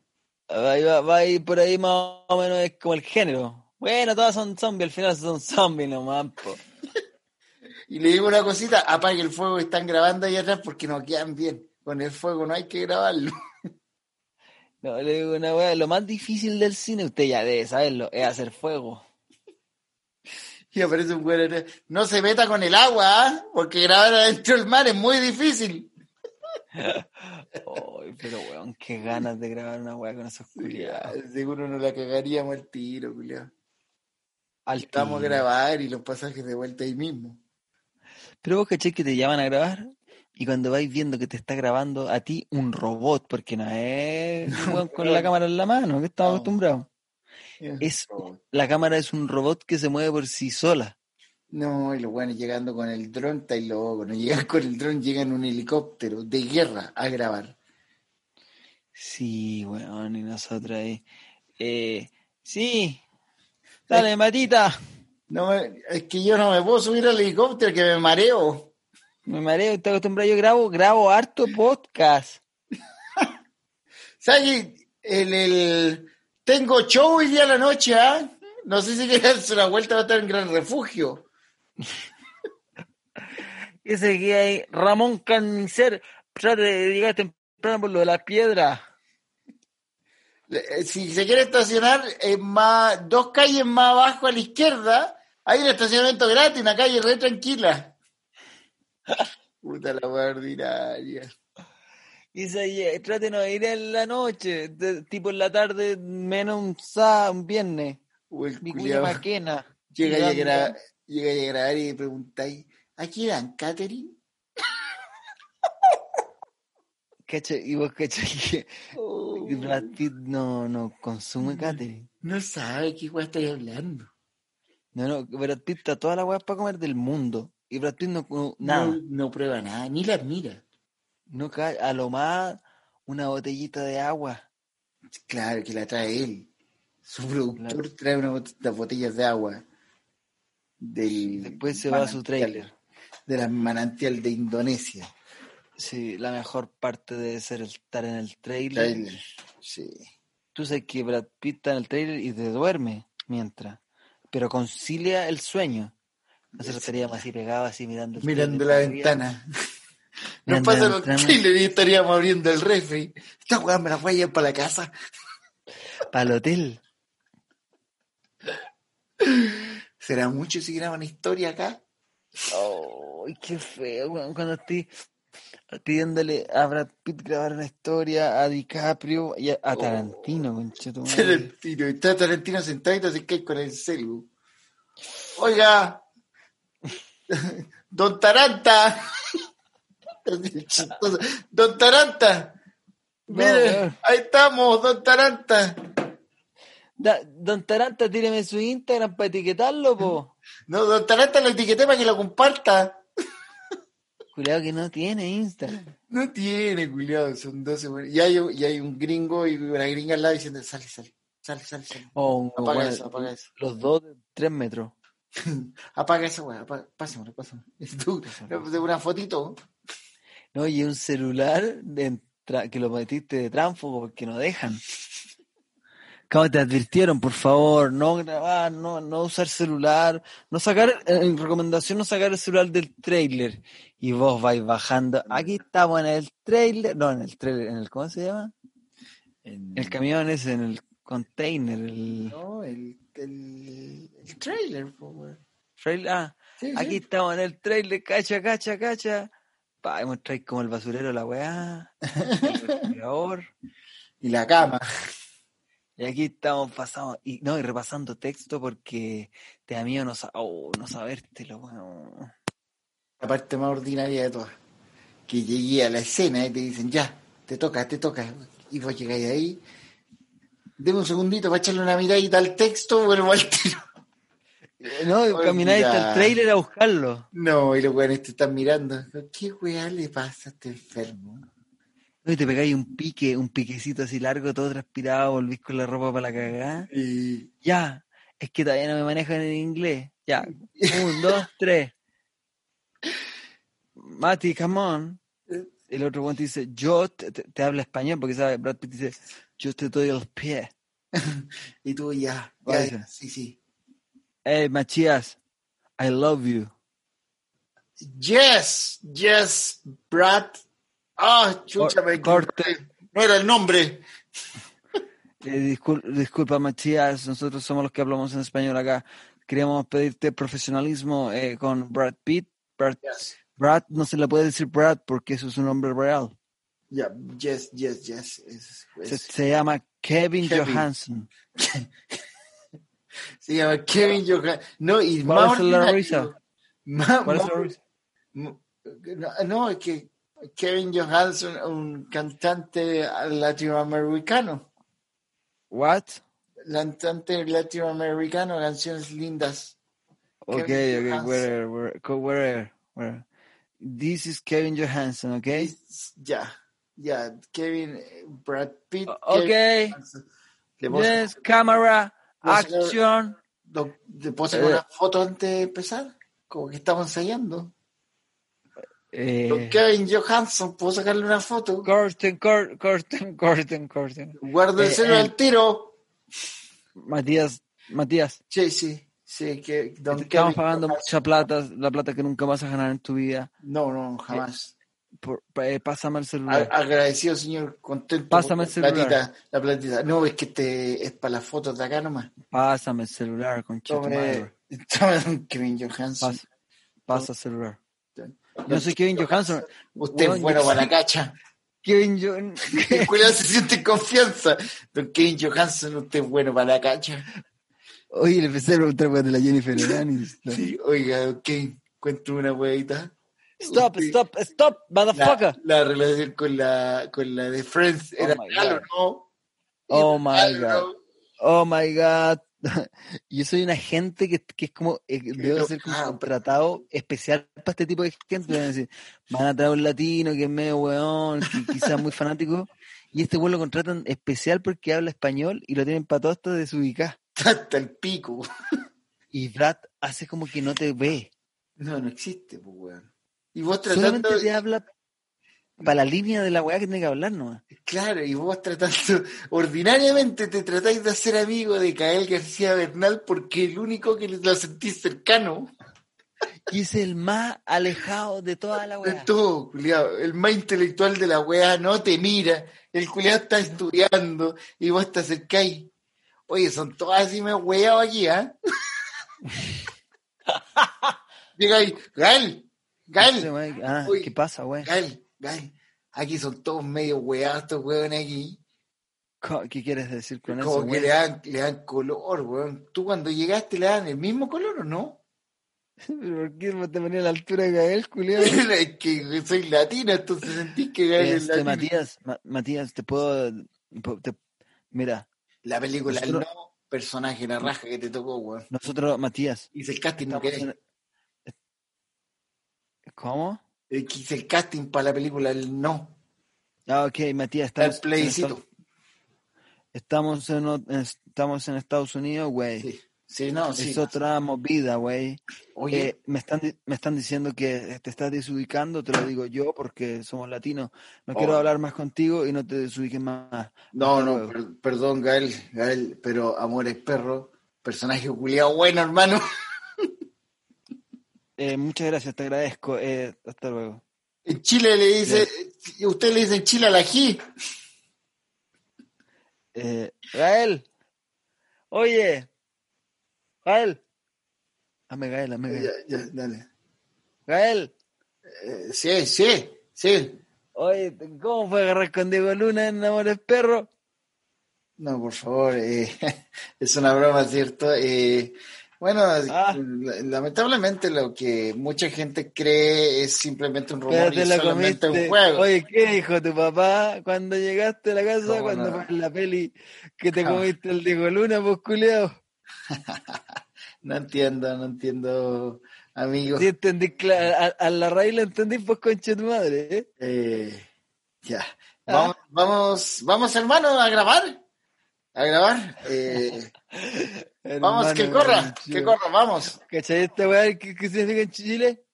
Speaker 1: Ahí va, va a ir por ahí más o menos es como el género. Bueno, todas son zombies, al final son zombies nomás. po.
Speaker 2: Y le digo una cosita, apague el fuego que están grabando ahí atrás porque no quedan bien. Con el fuego no hay que grabarlo.
Speaker 1: No, le digo una wea, lo más difícil del cine, usted ya debe saberlo, es hacer fuego.
Speaker 2: Y aparece un güey atrás. No se meta con el agua, ¿ah? porque grabar adentro del mar es muy difícil.
Speaker 1: Ay, pero weón, qué ganas de grabar una wea con esos culiados.
Speaker 2: ah, Seguro no la cagaríamos el tiro, culiao.
Speaker 1: Al
Speaker 2: Estamos a
Speaker 1: tiro.
Speaker 2: grabar y los pasajes de vuelta ahí mismo.
Speaker 1: Pero vos caché que te llaman a grabar y cuando vais viendo que te está grabando a ti un robot, porque no es un weón con la cámara en la mano, que estamos
Speaker 2: No.
Speaker 1: acostumbrados. Es, la cámara es un robot que se mueve por sí sola.
Speaker 2: No, y los buenos llegando con el dron, está ahí loco. No llegan con el dron, llegan en un helicóptero de guerra a grabar.
Speaker 1: Sí, weón, y nosotros ahí. Eh, sí, dale, matita.
Speaker 2: No, es que yo no me puedo subir al helicóptero que me mareo.
Speaker 1: Me mareo, estoy acostumbrado. Yo grabo, grabo harto podcast.
Speaker 2: ¿Sabes? El, el... Tengo show hoy día a la noche, ¿ah? No sé si quedarse una vuelta va a estar en Gran Refugio.
Speaker 1: Ese que hay, Ramón Carnicer, trate de llegar temprano por lo de las piedras.
Speaker 2: Eh, Si se quiere estacionar en más, dos calles más abajo a la izquierda, hay un estacionamiento gratis, una calle re tranquila. Puta la wea ordinaria.
Speaker 1: Dice ahí, trátenos de ir en la noche, de- tipo en la tarde, menos un sábado, un viernes.
Speaker 2: O el
Speaker 1: Mi cuña
Speaker 2: culiao.
Speaker 1: maquena.
Speaker 2: Llega y a
Speaker 1: Llegando.
Speaker 2: gra- llega y a grabar y preguntáis, ¿aquí dan catering?
Speaker 1: Cacha, y vos cachai que Brad Pitt no, no consume catering.
Speaker 2: no sabe qué wea estoy hablando.
Speaker 1: No, no, Brad Pitt está toda la weá para comer del mundo. Y Brad Pitt no, no-
Speaker 2: No,
Speaker 1: nada.
Speaker 2: no prueba nada, ni las mira.
Speaker 1: No cae. A lo más una botellita de agua.
Speaker 2: Claro que la trae él. Su productor trae unas bot- las botellas de agua. Del
Speaker 1: Después se va a su
Speaker 2: manantial-
Speaker 1: tráiler.
Speaker 2: De la manantial de Indonesia.
Speaker 1: Sí, la mejor parte debe ser el- estar en el trailer.
Speaker 2: Tráiler, Sí.
Speaker 1: Tú sabes que Brad Pitt está en el trailer y te duerme mientras. Pero concilia el sueño. Nosotros estaríamos así pegados, así mirando el
Speaker 2: Mirando
Speaker 1: trailer
Speaker 2: la
Speaker 1: para arriba.
Speaker 2: ventana. Nos
Speaker 1: Mirando la
Speaker 2: pasan los
Speaker 1: ventana.
Speaker 2: trailers y estaríamos abriendo el refri. Esta weá me la voy a llevar para la casa.
Speaker 1: Para el hotel.
Speaker 2: ¿Será mucho si graban historia acá?
Speaker 1: Ay, qué feo, weón, cuando estoy pidiéndole a Brad Pitt grabar una historia, a DiCaprio y a, a Tarantino, conchetumadre.
Speaker 2: Tarantino. Está Tarantino sentado y te acercáis con el celu. Oiga, don Taranta. Chistoso. Don Taranta.
Speaker 1: No,
Speaker 2: Mire,
Speaker 1: weón.
Speaker 2: ahí estamos, don Taranta.
Speaker 1: Da- Don Taranta, tíreme su Instagram para etiquetarlo, po.
Speaker 2: No, don Taranta lo etiqueté para que lo comparta.
Speaker 1: Cuidado que no tiene Instagram.
Speaker 2: No tiene, culiado, son 12. güey. Y hay, y hay un gringo y una gringa al lado diciendo, sale, sale, sale, sale, sale.
Speaker 1: Oh, un-
Speaker 2: Apaga
Speaker 1: bueno,
Speaker 2: eso, apaga eso.
Speaker 1: Los dos de tres metros.
Speaker 2: Apaga esa weá, apaga- pásamelo, pásamelo. Es tú, pues, de una fotito.
Speaker 1: No, y un celular de tra- que lo metiste de tránfugo porque no dejan. Cabo, te advirtieron, por favor, no grabar, no, no usar celular, no sacar, eh, en recomendación no sacar el celular del trailer. Y vos vais bajando, aquí estamos en el trailer, no, en el trailer, en el, ¿cómo se llama? El camión es en el container, el
Speaker 2: No, el, el, el trailer, po, weón.
Speaker 1: trailer, ah,
Speaker 2: Sí, sí.
Speaker 1: aquí estamos en el trailer, cacha, cacha, cacha. Pa, y mostráis como el basurero la weá, el respirador.
Speaker 2: Y la cama.
Speaker 1: Y aquí estamos pasando, y no, y repasando texto porque te da miedo no, sa- oh, no sabértelo, bueno.
Speaker 2: La parte más ordinaria de todas. Que llegué a la escena y te dicen, ya, te toca, te toca. Y vos llegáis ahí. Deme un segundito para echarle una miradita al texto, vuelvo al tiro.
Speaker 1: Eh, No, y camináis hasta
Speaker 2: Olvidar.
Speaker 1: el trailer a buscarlo.
Speaker 2: No, y los weones te están mirando. ¿Qué weá le pasa a este enfermo?
Speaker 1: No, Y te pegáis un pique, un piquecito así largo, todo transpirado, volvís con la ropa para la cagada.
Speaker 2: Y
Speaker 1: Ya, es que todavía no me manejan en inglés. Ya, un, dos, tres. Mati, come on. El otro guante dice, yo te, te- te habla español, porque sabe, Brad Pitt dice, yo te doy los pies.
Speaker 2: Y tú ya,
Speaker 1: Vaya.
Speaker 2: ya, sí, sí.
Speaker 1: Hey, Machías, I love you.
Speaker 2: Yes, yes, Brad. Ah, chucha, me
Speaker 1: Cor-
Speaker 2: equivoqué. No era el nombre.
Speaker 1: Eh, discul- disculpa, Matías, nosotros somos los que hablamos en español acá. Queríamos pedirte profesionalismo eh, con Brad Pitt. Brad,
Speaker 2: Yes.
Speaker 1: Brad, no se le puede decir Brad porque eso es un nombre real.
Speaker 2: Ya, yes, yes, yes. es- es-
Speaker 1: Se, se llama Kevin,
Speaker 2: Kevin.
Speaker 1: Johansson.
Speaker 2: Se llama Kevin Johan. No, y
Speaker 1: ¿Cuál
Speaker 2: más
Speaker 1: es la
Speaker 2: ordinario,
Speaker 1: risa?
Speaker 2: más-
Speaker 1: ¿Cuál es
Speaker 2: más-
Speaker 1: la risa?
Speaker 2: m- no, no, es que Kevin Johansson, un cantante latinoamericano,
Speaker 1: What?
Speaker 2: cantante latinoamericano, canciones lindas.
Speaker 1: Ok,
Speaker 2: Kevin
Speaker 1: ok,
Speaker 2: Johansson.
Speaker 1: whatever, where- co- whatever, whatever. This is Kevin Johansson, ok?
Speaker 2: Ya, ya, Kevin, eh, Brad Pitt. Kevin
Speaker 1: Ok,
Speaker 2: Johansson. Le puedo sacar-
Speaker 1: yes, cámara,
Speaker 2: Vos sacar-
Speaker 1: acción.
Speaker 2: doc- ¿Le puedo sacar
Speaker 1: Eh.
Speaker 2: una foto antes de empezar? Como que estamos ensayando. Don
Speaker 1: Eh,
Speaker 2: Kevin Johansson, ¿puedo sacarle una foto?
Speaker 1: corten, cor- corten, corten, corten.
Speaker 2: Guarda el
Speaker 1: Eh,
Speaker 2: cero
Speaker 1: eh.
Speaker 2: al tiro.
Speaker 1: Matías, Matías,
Speaker 2: Sí, sí, sí, que Don
Speaker 1: te estamos
Speaker 2: Kevin
Speaker 1: pagando
Speaker 2: Johansson-
Speaker 1: mucha plata, la plata que nunca vas a ganar en tu vida.
Speaker 2: No,
Speaker 1: eh,
Speaker 2: no, jamás.
Speaker 1: Por- eh, pásame el
Speaker 2: A-
Speaker 1: celular.
Speaker 2: agradecido, señor, contento.
Speaker 1: Pásame
Speaker 2: por
Speaker 1: el
Speaker 2: la
Speaker 1: celular.
Speaker 2: platita, la platita. No, es que este es para las fotos de acá nomás.
Speaker 1: Pásame el celular, conchito
Speaker 2: Tome, tome Don Kevin Johansson.
Speaker 1: Pasa, pasa el celular.
Speaker 2: Don
Speaker 1: Yo soy Kevin Johansson.
Speaker 2: Usted
Speaker 1: Weón,
Speaker 2: es
Speaker 1: yo
Speaker 2: bueno para la
Speaker 1: soy-
Speaker 2: cacha.
Speaker 1: Kevin Johansson.
Speaker 2: El culiao se siente en confianza. Don Kevin Johansson, usted es bueno para la cacha.
Speaker 1: Oye, le empecé a preguntar por la Jennifer Aniston.
Speaker 2: Sí, oiga, Don Kevin, cuéntame una huevita.
Speaker 1: Stop, stop, stop,
Speaker 2: La,
Speaker 1: motherfucker.
Speaker 2: la relación con la, con la de Friends
Speaker 1: Oh
Speaker 2: era
Speaker 1: my
Speaker 2: real o
Speaker 1: God.
Speaker 2: no.
Speaker 1: Oh my
Speaker 2: Real o
Speaker 1: God.
Speaker 2: no.
Speaker 1: Oh my god. Yo soy un agente que, que es como, eh, debo
Speaker 2: lo-
Speaker 1: ser como
Speaker 2: ah.
Speaker 1: contratado especial para este tipo de gente. Van a decir, van a traer un latino que es medio weón, que quizás muy fanático. Y este weón lo contratan especial porque habla español y lo tienen para todo hasta desubicado.
Speaker 2: Hasta el pico.
Speaker 1: Y Brad hace como que no te ve.
Speaker 2: No, no existe, pues, weón. Y vos tratando,
Speaker 1: Solamente te habla para la línea de la weá que tiene que hablar nomás.
Speaker 2: claro, y vos tratando, ordinariamente te tratáis de hacer amigo de Cael García Bernal porque es el único que lo sentís cercano
Speaker 1: Y es el más alejado de toda la
Speaker 2: de
Speaker 1: weá.
Speaker 2: todo, culiao. El más intelectual de la weá no te mira, el culiao está estudiando y vos te acercáis. Oye, son todas así me weado aquí, ¿ah? Llega ahí, Gal,
Speaker 1: Ese
Speaker 2: Gal,
Speaker 1: weá- Ah,
Speaker 2: Uy.
Speaker 1: ¿qué pasa, weá?
Speaker 2: Gal, Gal. Aquí son todos medio weados estos weones aquí.
Speaker 1: Co- ¿Qué quieres decir con eso,
Speaker 2: Como que
Speaker 1: weá?
Speaker 2: le dan, le dan color, weón. Tú cuando llegaste le dan el mismo color, ¿o no?
Speaker 1: ¿Pero ¿Por qué te ponía a la altura de Gael, culiao?
Speaker 2: es que soy latina, entonces sentí que Gael es
Speaker 1: Este,
Speaker 2: latino.
Speaker 1: Matías, Ma- Matías, te puedo... po- te- mira,
Speaker 2: La película, el
Speaker 1: Nosotros-
Speaker 2: no personaje, la raja que te tocó, weón.
Speaker 1: nosotros, Matías...
Speaker 2: Hice el casting, no
Speaker 1: estamos
Speaker 2: querés.
Speaker 1: en- ¿Cómo?
Speaker 2: Eh, que Hice el casting para la película, el no.
Speaker 1: Ah, ok, Matías, estamos
Speaker 2: El
Speaker 1: en
Speaker 2: plebiscito.
Speaker 1: Estados- Estamos en, o- en- estamos en Estados Unidos, güey.
Speaker 2: Sí, sí, no, sí.
Speaker 1: eh, Es otra movida, güey.
Speaker 2: Oye,
Speaker 1: Eh, me, están, di- me están diciendo que te estás desubicando, te lo digo yo porque somos latinos. No
Speaker 2: Oh.
Speaker 1: quiero hablar más contigo y no te desubiques más.
Speaker 2: no,
Speaker 1: hasta
Speaker 2: no,
Speaker 1: luego.
Speaker 2: per- perdón, Gael, Gael, pero Amores Perro, personaje culiado bueno, hermano.
Speaker 1: Eh, muchas gracias, te agradezco. Eh, hasta luego.
Speaker 2: En Chile le dice, usted le dice en Chile a la G.
Speaker 1: Eh, Gael, oye, Gael, hazme Gael, hazme
Speaker 2: Ya,
Speaker 1: Gael.
Speaker 2: ya, dale.
Speaker 1: Gael,
Speaker 2: Eh, sí, sí, sí.
Speaker 1: oye, ¿cómo fue agarrar con Diego Luna en Amores Perro?
Speaker 2: No, por favor, eh, es una broma, ¿cierto? Eh, bueno,
Speaker 1: Ah.
Speaker 2: la- lamentablemente lo que mucha gente cree es simplemente un rumor
Speaker 1: Pero
Speaker 2: y
Speaker 1: te
Speaker 2: es
Speaker 1: lo
Speaker 2: solamente un
Speaker 1: comiste.
Speaker 2: juego.
Speaker 1: Oye, ¿qué dijo tu papá cuando llegaste a la casa,
Speaker 2: No,
Speaker 1: cuando
Speaker 2: no.
Speaker 1: fue en la peli que te
Speaker 2: No.
Speaker 1: comiste el Diego Luna, pues culiao?
Speaker 2: No entiendo, no entiendo, amigos.
Speaker 1: Sí, entendí, cla- a, a la raíz la entendí, pues concha tu madre, ¿eh?
Speaker 2: Eh, ya. Vamos, vamos, vamos, hermano, a grabar. A grabar. Eh, vamos, que
Speaker 1: Hermano,
Speaker 2: corra,
Speaker 1: hermano,
Speaker 2: que
Speaker 1: chido.
Speaker 2: corra, vamos.
Speaker 1: ¿Cachai esta weá que, que significa en Chile?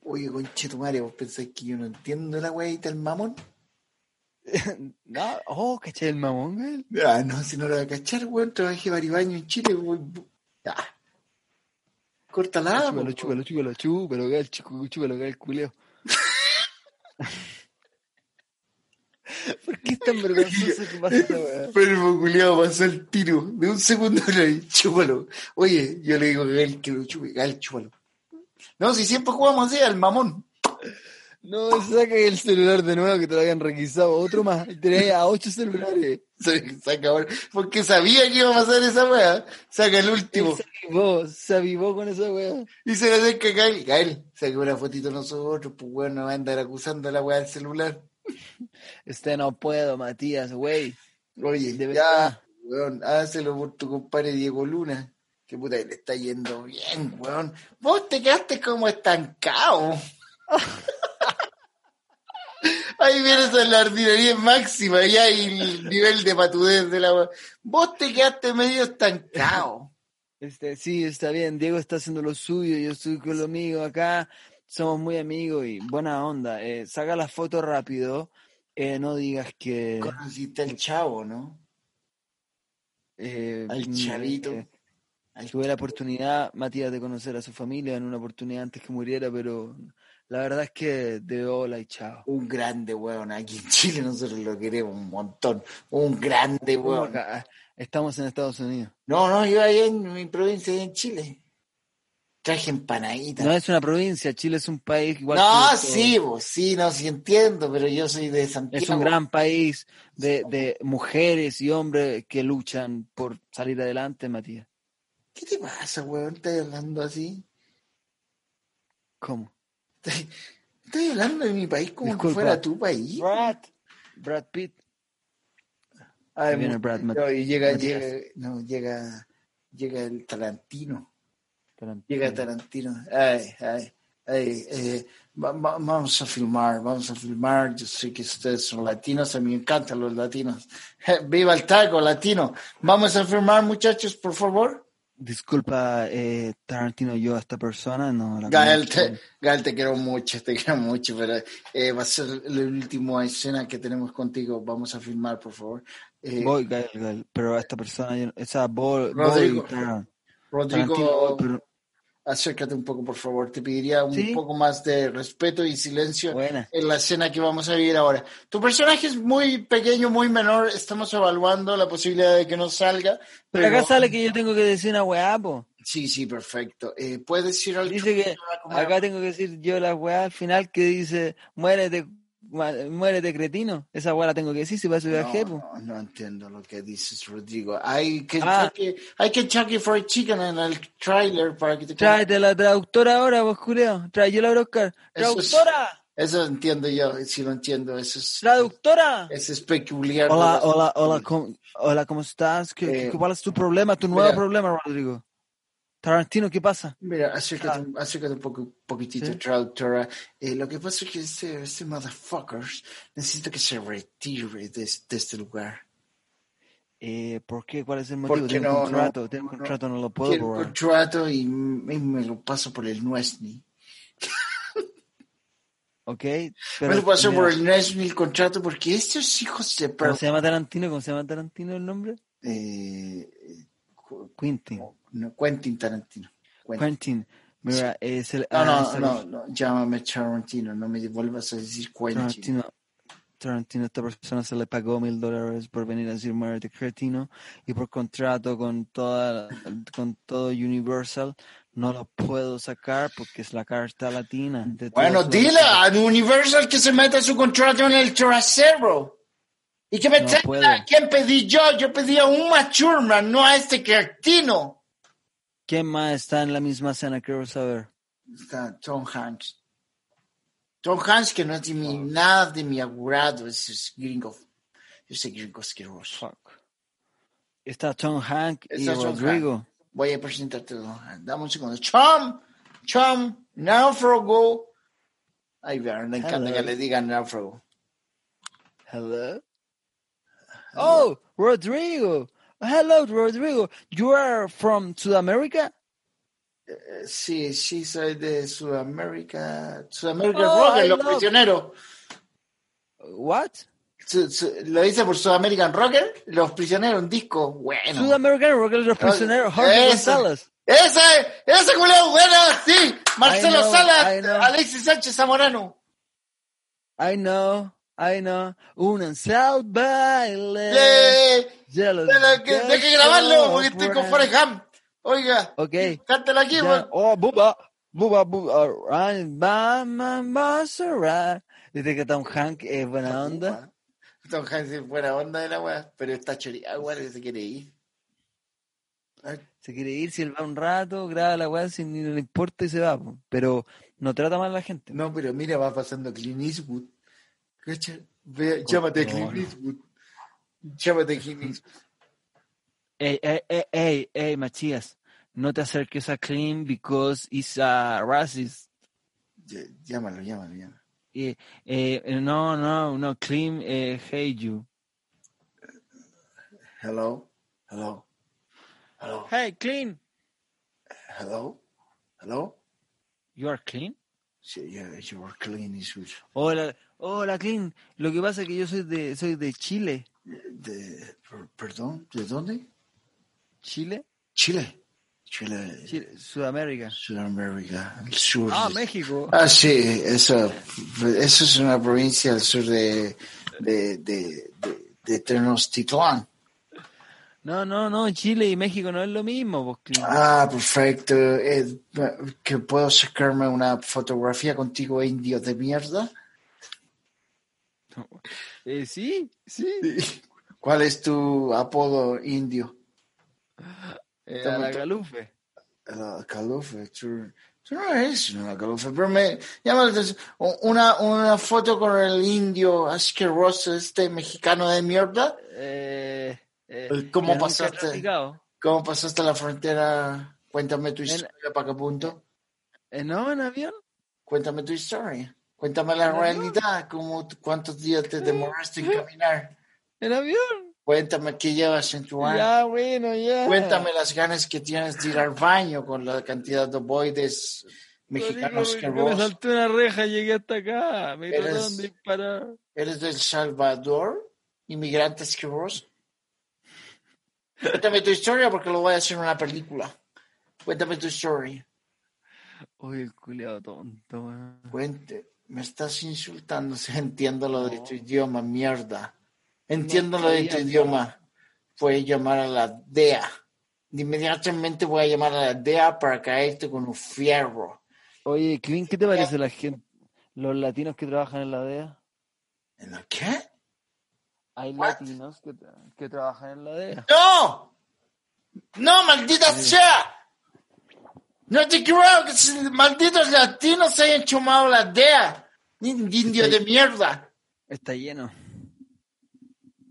Speaker 2: Oye, conchetumare, ¿vos pensáis que yo no entiendo la weita del mamón?
Speaker 1: No, oh, ¿cachai el mamón, Gael?
Speaker 2: Ah, no, si no lo voy a cachar, weón, trabajé varios años en Chile, weón. Ya. Córtala,
Speaker 1: Chúpalo,
Speaker 2: po,
Speaker 1: chúpalo, chúpalo, chúpalo, Gael, chico, chúpalo, Gael, culeo. ¿Por qué es tan vergonzoso que pasa esta weá?
Speaker 2: weón. Pero culiado pasó el tiro. De un segundo le dije, chúpalo. Oye, yo le digo a Gael que lo chupe, Gael, chúpalo. No, si siempre jugamos así, al mamón.
Speaker 1: No, saca el celular de nuevo que te lo habían requisado. Otro más. Tenés a ocho celulares.
Speaker 2: Se- Saca ahora. Porque sabía que iba a pasar esa weá. Saca el
Speaker 1: Él
Speaker 2: último.
Speaker 1: se avivó, se avivó con esa weá.
Speaker 2: Y se le acerca a Gael. Gael, saca una fotito a nosotros, pues weón, nos va a andar acusando a la weá del celular.
Speaker 1: Este no puedo, Matías, güey.
Speaker 2: Oye,
Speaker 1: De verdad.
Speaker 2: ya, weón, hácelo por tu compadre Diego Luna. Que puta, le está yendo bien, weón. Vos te quedaste como estancado. Ahí vienes a la artillería máxima, ya y el nivel de patudez de la weón. Vos te quedaste medio estancado.
Speaker 1: Este, sí, está bien. Diego está haciendo lo suyo, yo estoy con lo mío acá. Somos muy amigos y buena onda. Eh, saca la foto rápido. Eh, no digas que.
Speaker 2: Conociste al chavo, ¿no?
Speaker 1: eh,
Speaker 2: Al
Speaker 1: mm,
Speaker 2: chavito.
Speaker 1: eh,
Speaker 2: Al
Speaker 1: tuve la oportunidad, Matías, de conocer a su familia en una oportunidad antes que muriera, pero la verdad es que de hola y chao.
Speaker 2: Un grande, weón. Aquí en Chile nosotros lo queremos un montón. Un grande,
Speaker 1: ¿Cómo
Speaker 2: weón.
Speaker 1: acá? eh, Estamos en Estados Unidos.
Speaker 2: No, no, yo allá en mi provincia, allá en Chile. Traje empanaditas.
Speaker 1: No
Speaker 2: No,
Speaker 1: es una provincia, Chile es un país igual que todo.
Speaker 2: sí, vos, sí, no, sí entiendo, pero yo soy de Santiago.
Speaker 1: Es un gran país de, de mujeres y hombres que luchan por salir adelante, Matías.
Speaker 2: ¿Qué te pasa, weón? ¿Estás hablando así?
Speaker 1: ¿Cómo?
Speaker 2: ¿Estás hablando de mi país como
Speaker 1: Disculpa.
Speaker 2: que fuera tu país?
Speaker 1: Brad, Brad Pitt.
Speaker 2: Ah, es
Speaker 1: viene
Speaker 2: muy-
Speaker 1: Brad Mat-
Speaker 2: no, y llega,
Speaker 1: Matías.
Speaker 2: llega, no, llega, llega el Tarantino.
Speaker 1: Tarantino.
Speaker 2: Llega Tarantino. Ay, ay, ay, eh, va- va- vamos a filmar, vamos a filmar. Yo sé que ustedes son latinos, a mí me encantan los latinos. ¡Viva el taco latino! Vamos a filmar, muchachos, por favor.
Speaker 1: Disculpa, eh, Tarantino, yo a esta persona no la
Speaker 2: Gael
Speaker 1: conozco.
Speaker 2: te, Gael, te quiero mucho, te quiero mucho, pero eh, va a ser la última escena que tenemos contigo. Vamos a filmar, por favor. Eh,
Speaker 1: Voy, Gael, Gael, pero a esta persona, yo, o sea, voy,
Speaker 2: Rodrigo.
Speaker 1: voy, Tar- Tarantino, voy,
Speaker 2: Rodrigo,
Speaker 1: pero
Speaker 2: acércate un poco, por favor. Te pediría un
Speaker 1: Sí.
Speaker 2: poco más de respeto y silencio.
Speaker 1: buena.
Speaker 2: en la escena que vamos a vivir ahora. Tu personaje es muy pequeño, muy menor. Estamos evaluando la posibilidad de que no salga.
Speaker 1: Pero
Speaker 2: Pero
Speaker 1: acá sale que yo tengo que decir una weá, po.
Speaker 2: Sí, sí, perfecto. Eh, ¿Puedes decir algo?
Speaker 1: Dice que acá tengo que decir yo la weá al final que dice, muérete, ma- muérete cretino. Esa weá la tengo que decir si va a subir a
Speaker 2: no,
Speaker 1: Jepo.
Speaker 2: no, no entiendo lo que dices, Rodrigo. Hay que
Speaker 1: pues. Ah.
Speaker 2: hay que Chucky Fried Chicken en el trailer para que te comas.
Speaker 1: Tráete la traductora ahora, vos culeo. Tráela a Oscar.
Speaker 2: Eso es-
Speaker 1: ¡Traductora!
Speaker 2: Eso entiendo yo, sí lo entiendo. Eso es,
Speaker 1: ¡Traductora!
Speaker 2: eso es peculiar. de
Speaker 1: Hola,
Speaker 2: las-
Speaker 1: hola, hola, ¿cómo, hola, ¿cómo estás? ¿Qué, qué-
Speaker 2: Eh,
Speaker 1: cuál es tu problema, tu nuevo
Speaker 2: mira.
Speaker 1: problema, Rodrigo? Tarantino, ¿qué pasa?
Speaker 2: Mira, acércate, un- acércate un poco, poquitito,
Speaker 1: Sí.
Speaker 2: traductora. Eh, lo que pasa es que este, este motherfucker necesita que se retire de, es- de este lugar.
Speaker 1: Eh, ¿Por qué? ¿Cuál es el motivo?
Speaker 2: Porque
Speaker 1: Tengo
Speaker 2: no,
Speaker 1: un
Speaker 2: no,
Speaker 1: contrato, tengo un
Speaker 2: no.
Speaker 1: contrato, no lo puedo
Speaker 2: Quiero
Speaker 1: borrar.
Speaker 2: un trato y, m- y me lo paso por el Nuesni.
Speaker 1: ¿Ok?
Speaker 2: Me lo paso
Speaker 1: mira,
Speaker 2: por el Nuesni el contrato porque estos hijos de
Speaker 1: ¿Cómo
Speaker 2: per...
Speaker 1: se llama Tarantino? ¿Cómo se llama Tarantino el nombre?
Speaker 2: Eh, eh, cu-
Speaker 1: Quentin.
Speaker 2: no, Quentin Tarantino. Quentin.
Speaker 1: Quentin. Mira, es el...
Speaker 2: No,
Speaker 1: ah,
Speaker 2: no,
Speaker 1: es el-
Speaker 2: no, no, llámame Tarantino, no me vuelvas a decir Quentin.
Speaker 1: Tarantino, Tarantino, esta persona se le pagó mil dólares por venir a decir muerte cretino y por contrato con toda con todo Universal no lo puedo sacar porque es la carta latina. de todo
Speaker 2: Bueno,
Speaker 1: Sudamérica.
Speaker 2: dile a Universal que se meta su contrato en el trasero. Y que me
Speaker 1: No
Speaker 2: traiga.
Speaker 1: puede.
Speaker 2: ¿Quién pedí yo? Yo pedí a un machurman, no a este cretino.
Speaker 1: ¿Quién más está en la misma cena? Quiero saber.
Speaker 2: Está Tom Hanks. Tom Hanks, que no es de mi, nada de mi agurado, es, es gringo. Ese gringo asqueroso.
Speaker 1: Está Tom Hank y
Speaker 2: Está Tom
Speaker 1: Rodrigo.
Speaker 2: Voy a presentarte a Tom Hanks. Dame un segundo. Chum, chum, náufrago. Ay, vean, me encanta
Speaker 1: Hello.
Speaker 2: que le digan náufrago.
Speaker 1: Hello. Oh, Rodrigo. Hello, Rodrigo. You are from South America?
Speaker 2: Eh, Sí, sí, soy de Sudamérica. Sudamérica
Speaker 1: Oh,
Speaker 2: Rocker,
Speaker 1: I
Speaker 2: los
Speaker 1: love-
Speaker 2: prisioneros.
Speaker 1: What?
Speaker 2: Su- su- lo hice por Sudamerican Rocker, los prisioneros, un disco. Bueno.
Speaker 1: Sudamericano, porque los prisioneros, Jorge
Speaker 2: Eso.
Speaker 1: González.
Speaker 2: ¡Ese! ¡Ese culeo! Bueno, sí. Marcelo
Speaker 1: I know, I
Speaker 2: Salas,
Speaker 1: know.
Speaker 2: Alexis Sánchez Zamorano.
Speaker 1: I know, I know. Únanse al baile.
Speaker 2: Eh,
Speaker 1: Ya lo
Speaker 2: espera, que- Deje
Speaker 1: dije,
Speaker 2: grabarlo porque estoy con
Speaker 1: buena.
Speaker 2: Forrest Gump. Oiga,
Speaker 1: Ok.
Speaker 2: cántela aquí, pues.
Speaker 1: ya.
Speaker 2: weón.
Speaker 1: Oh, buba, buba, buba. Run by my Maserati. Dice que Tom Hank es buena onda.
Speaker 2: Tom Hanks es buena onda de la weá, pero está choreado, weón, se quiere ir.
Speaker 1: Se quiere ir, si él va un rato, graba la weá, si ni le importa y se va. po. Pero no trata mal a la gente.
Speaker 2: No, pero mira, va pasando Clint Eastwood. Cacha, Ve, llámate
Speaker 1: no,
Speaker 2: Clint
Speaker 1: no.
Speaker 2: Eastwood. Llámate Clint Eastwood.
Speaker 1: Ey, ey, ey, ey, ey, Machías. No te acerques a Clean because he's a racist.
Speaker 2: Ll- Llámalo, llámalo, llámalo.
Speaker 1: Eh, eh, no, no, no, Clean eh, hate you.
Speaker 2: Hello, hello, hello,
Speaker 1: Hey, Clean.
Speaker 2: hello, hello.
Speaker 1: You are Clean?
Speaker 2: Sí, yeah, you are Clint Eastwood.
Speaker 1: Hola, hola, Clean. Lo que pasa es que yo soy de, soy de Chile.
Speaker 2: De, per- perdón, ¿de dónde?
Speaker 1: ¿Chile?
Speaker 2: Chile. Chile,
Speaker 1: Chile, Sudamérica.
Speaker 2: Sudamérica, el sur.
Speaker 1: Ah,
Speaker 2: de-
Speaker 1: México.
Speaker 2: Ah, sí, eso, eso es una provincia al sur de, de, de, de, de Tenochtitlán.
Speaker 1: No, no, no, Chile y México no es lo mismo, vos, Clean.
Speaker 2: Ah, perfecto. Eh, ¿Que puedo sacarme una fotografía contigo, indio de mierda?
Speaker 1: Eh, sí, sí.
Speaker 2: ¿Cuál es tu apodo indio?
Speaker 1: Eh,
Speaker 2: Toma
Speaker 1: a la
Speaker 2: tu-
Speaker 1: galufe.
Speaker 2: Uh, Calufe, Ah, tú- Eso no es una galufa, pero me llama la atención. U- Una, una foto con el indio asqueroso, este mexicano de mierda.
Speaker 1: Eh, eh,
Speaker 2: Oye,
Speaker 1: yo
Speaker 2: ¿cómo
Speaker 1: nunca he
Speaker 2: pasaste?
Speaker 1: traficado.
Speaker 2: ¿Cómo pasaste la frontera? Cuéntame tu
Speaker 1: En-
Speaker 2: historia, ¿para qué punto?
Speaker 1: Eh, no, en avión.
Speaker 2: Cuéntame tu historia. Cuéntame la
Speaker 1: No.
Speaker 2: realidad. ¿Cómo, ¿Cuántos días te demoraste en caminar?
Speaker 1: En avión.
Speaker 2: Cuéntame qué llevas en tu año.
Speaker 1: Ya, bueno, ya.
Speaker 2: Cuéntame las ganas que tienes de ir al baño con la cantidad de boides mexicanos que
Speaker 1: Marico, me- me
Speaker 2: vos.
Speaker 1: salté una reja, llegué hasta acá. Me
Speaker 2: Eres-
Speaker 1: trataron de disparar.
Speaker 2: ¿Eres del Salvador? ¿Inmigrante asqueroso? Cuéntame tu historia porque lo voy a hacer en una película. Cuéntame tu historia.
Speaker 1: Uy, el culiado tonto, weón.
Speaker 2: Cuente. Me estás insultando. sí, Entiendo lo de
Speaker 1: No.
Speaker 2: tu idioma, mierda. Entiendo
Speaker 1: No
Speaker 2: lo de tu
Speaker 1: sabía,
Speaker 2: idioma. Voy a llamar a la DEA. Inmediatamente voy a llamar a la DEA para caerte con un fierro.
Speaker 1: Oye, Kevin, ¿qué te parece la gente, los latinos que trabajan en la DEA?
Speaker 2: ¿En la qué?
Speaker 1: Hay
Speaker 2: What?
Speaker 1: latinos que, tra- que trabajan en la E DEA.
Speaker 2: ¡No! ¡No, maldita sea! No te creo que esos malditos latinos se hayan chumado la DEA. Ind- Indio de mierda.
Speaker 1: Está lleno.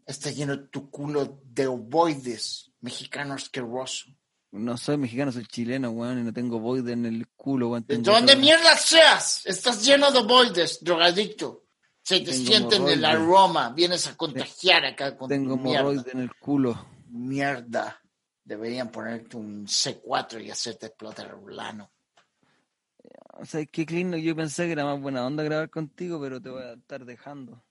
Speaker 2: Está lleno tu culo de ovoides. Mexicano asqueroso.
Speaker 1: No soy mexicano, soy chileno, weón, y no tengo void en el culo, weón.
Speaker 2: ¿De
Speaker 1: Tengo
Speaker 2: dónde
Speaker 1: todo.
Speaker 2: mierda seas? Estás lleno de ovoides, drogadicto. Se te
Speaker 1: Tengo
Speaker 2: siente en el
Speaker 1: hemorroides.
Speaker 2: aroma. Vienes a contagiar acá con
Speaker 1: Tengo
Speaker 2: tu mierda.
Speaker 1: hemorroides en el culo.
Speaker 2: Mierda. Deberían ponerte un C4 y hacerte explotar el lano.
Speaker 1: O sea, es que Clint, yo pensé que era más buena onda grabar contigo, pero te voy a estar dejando.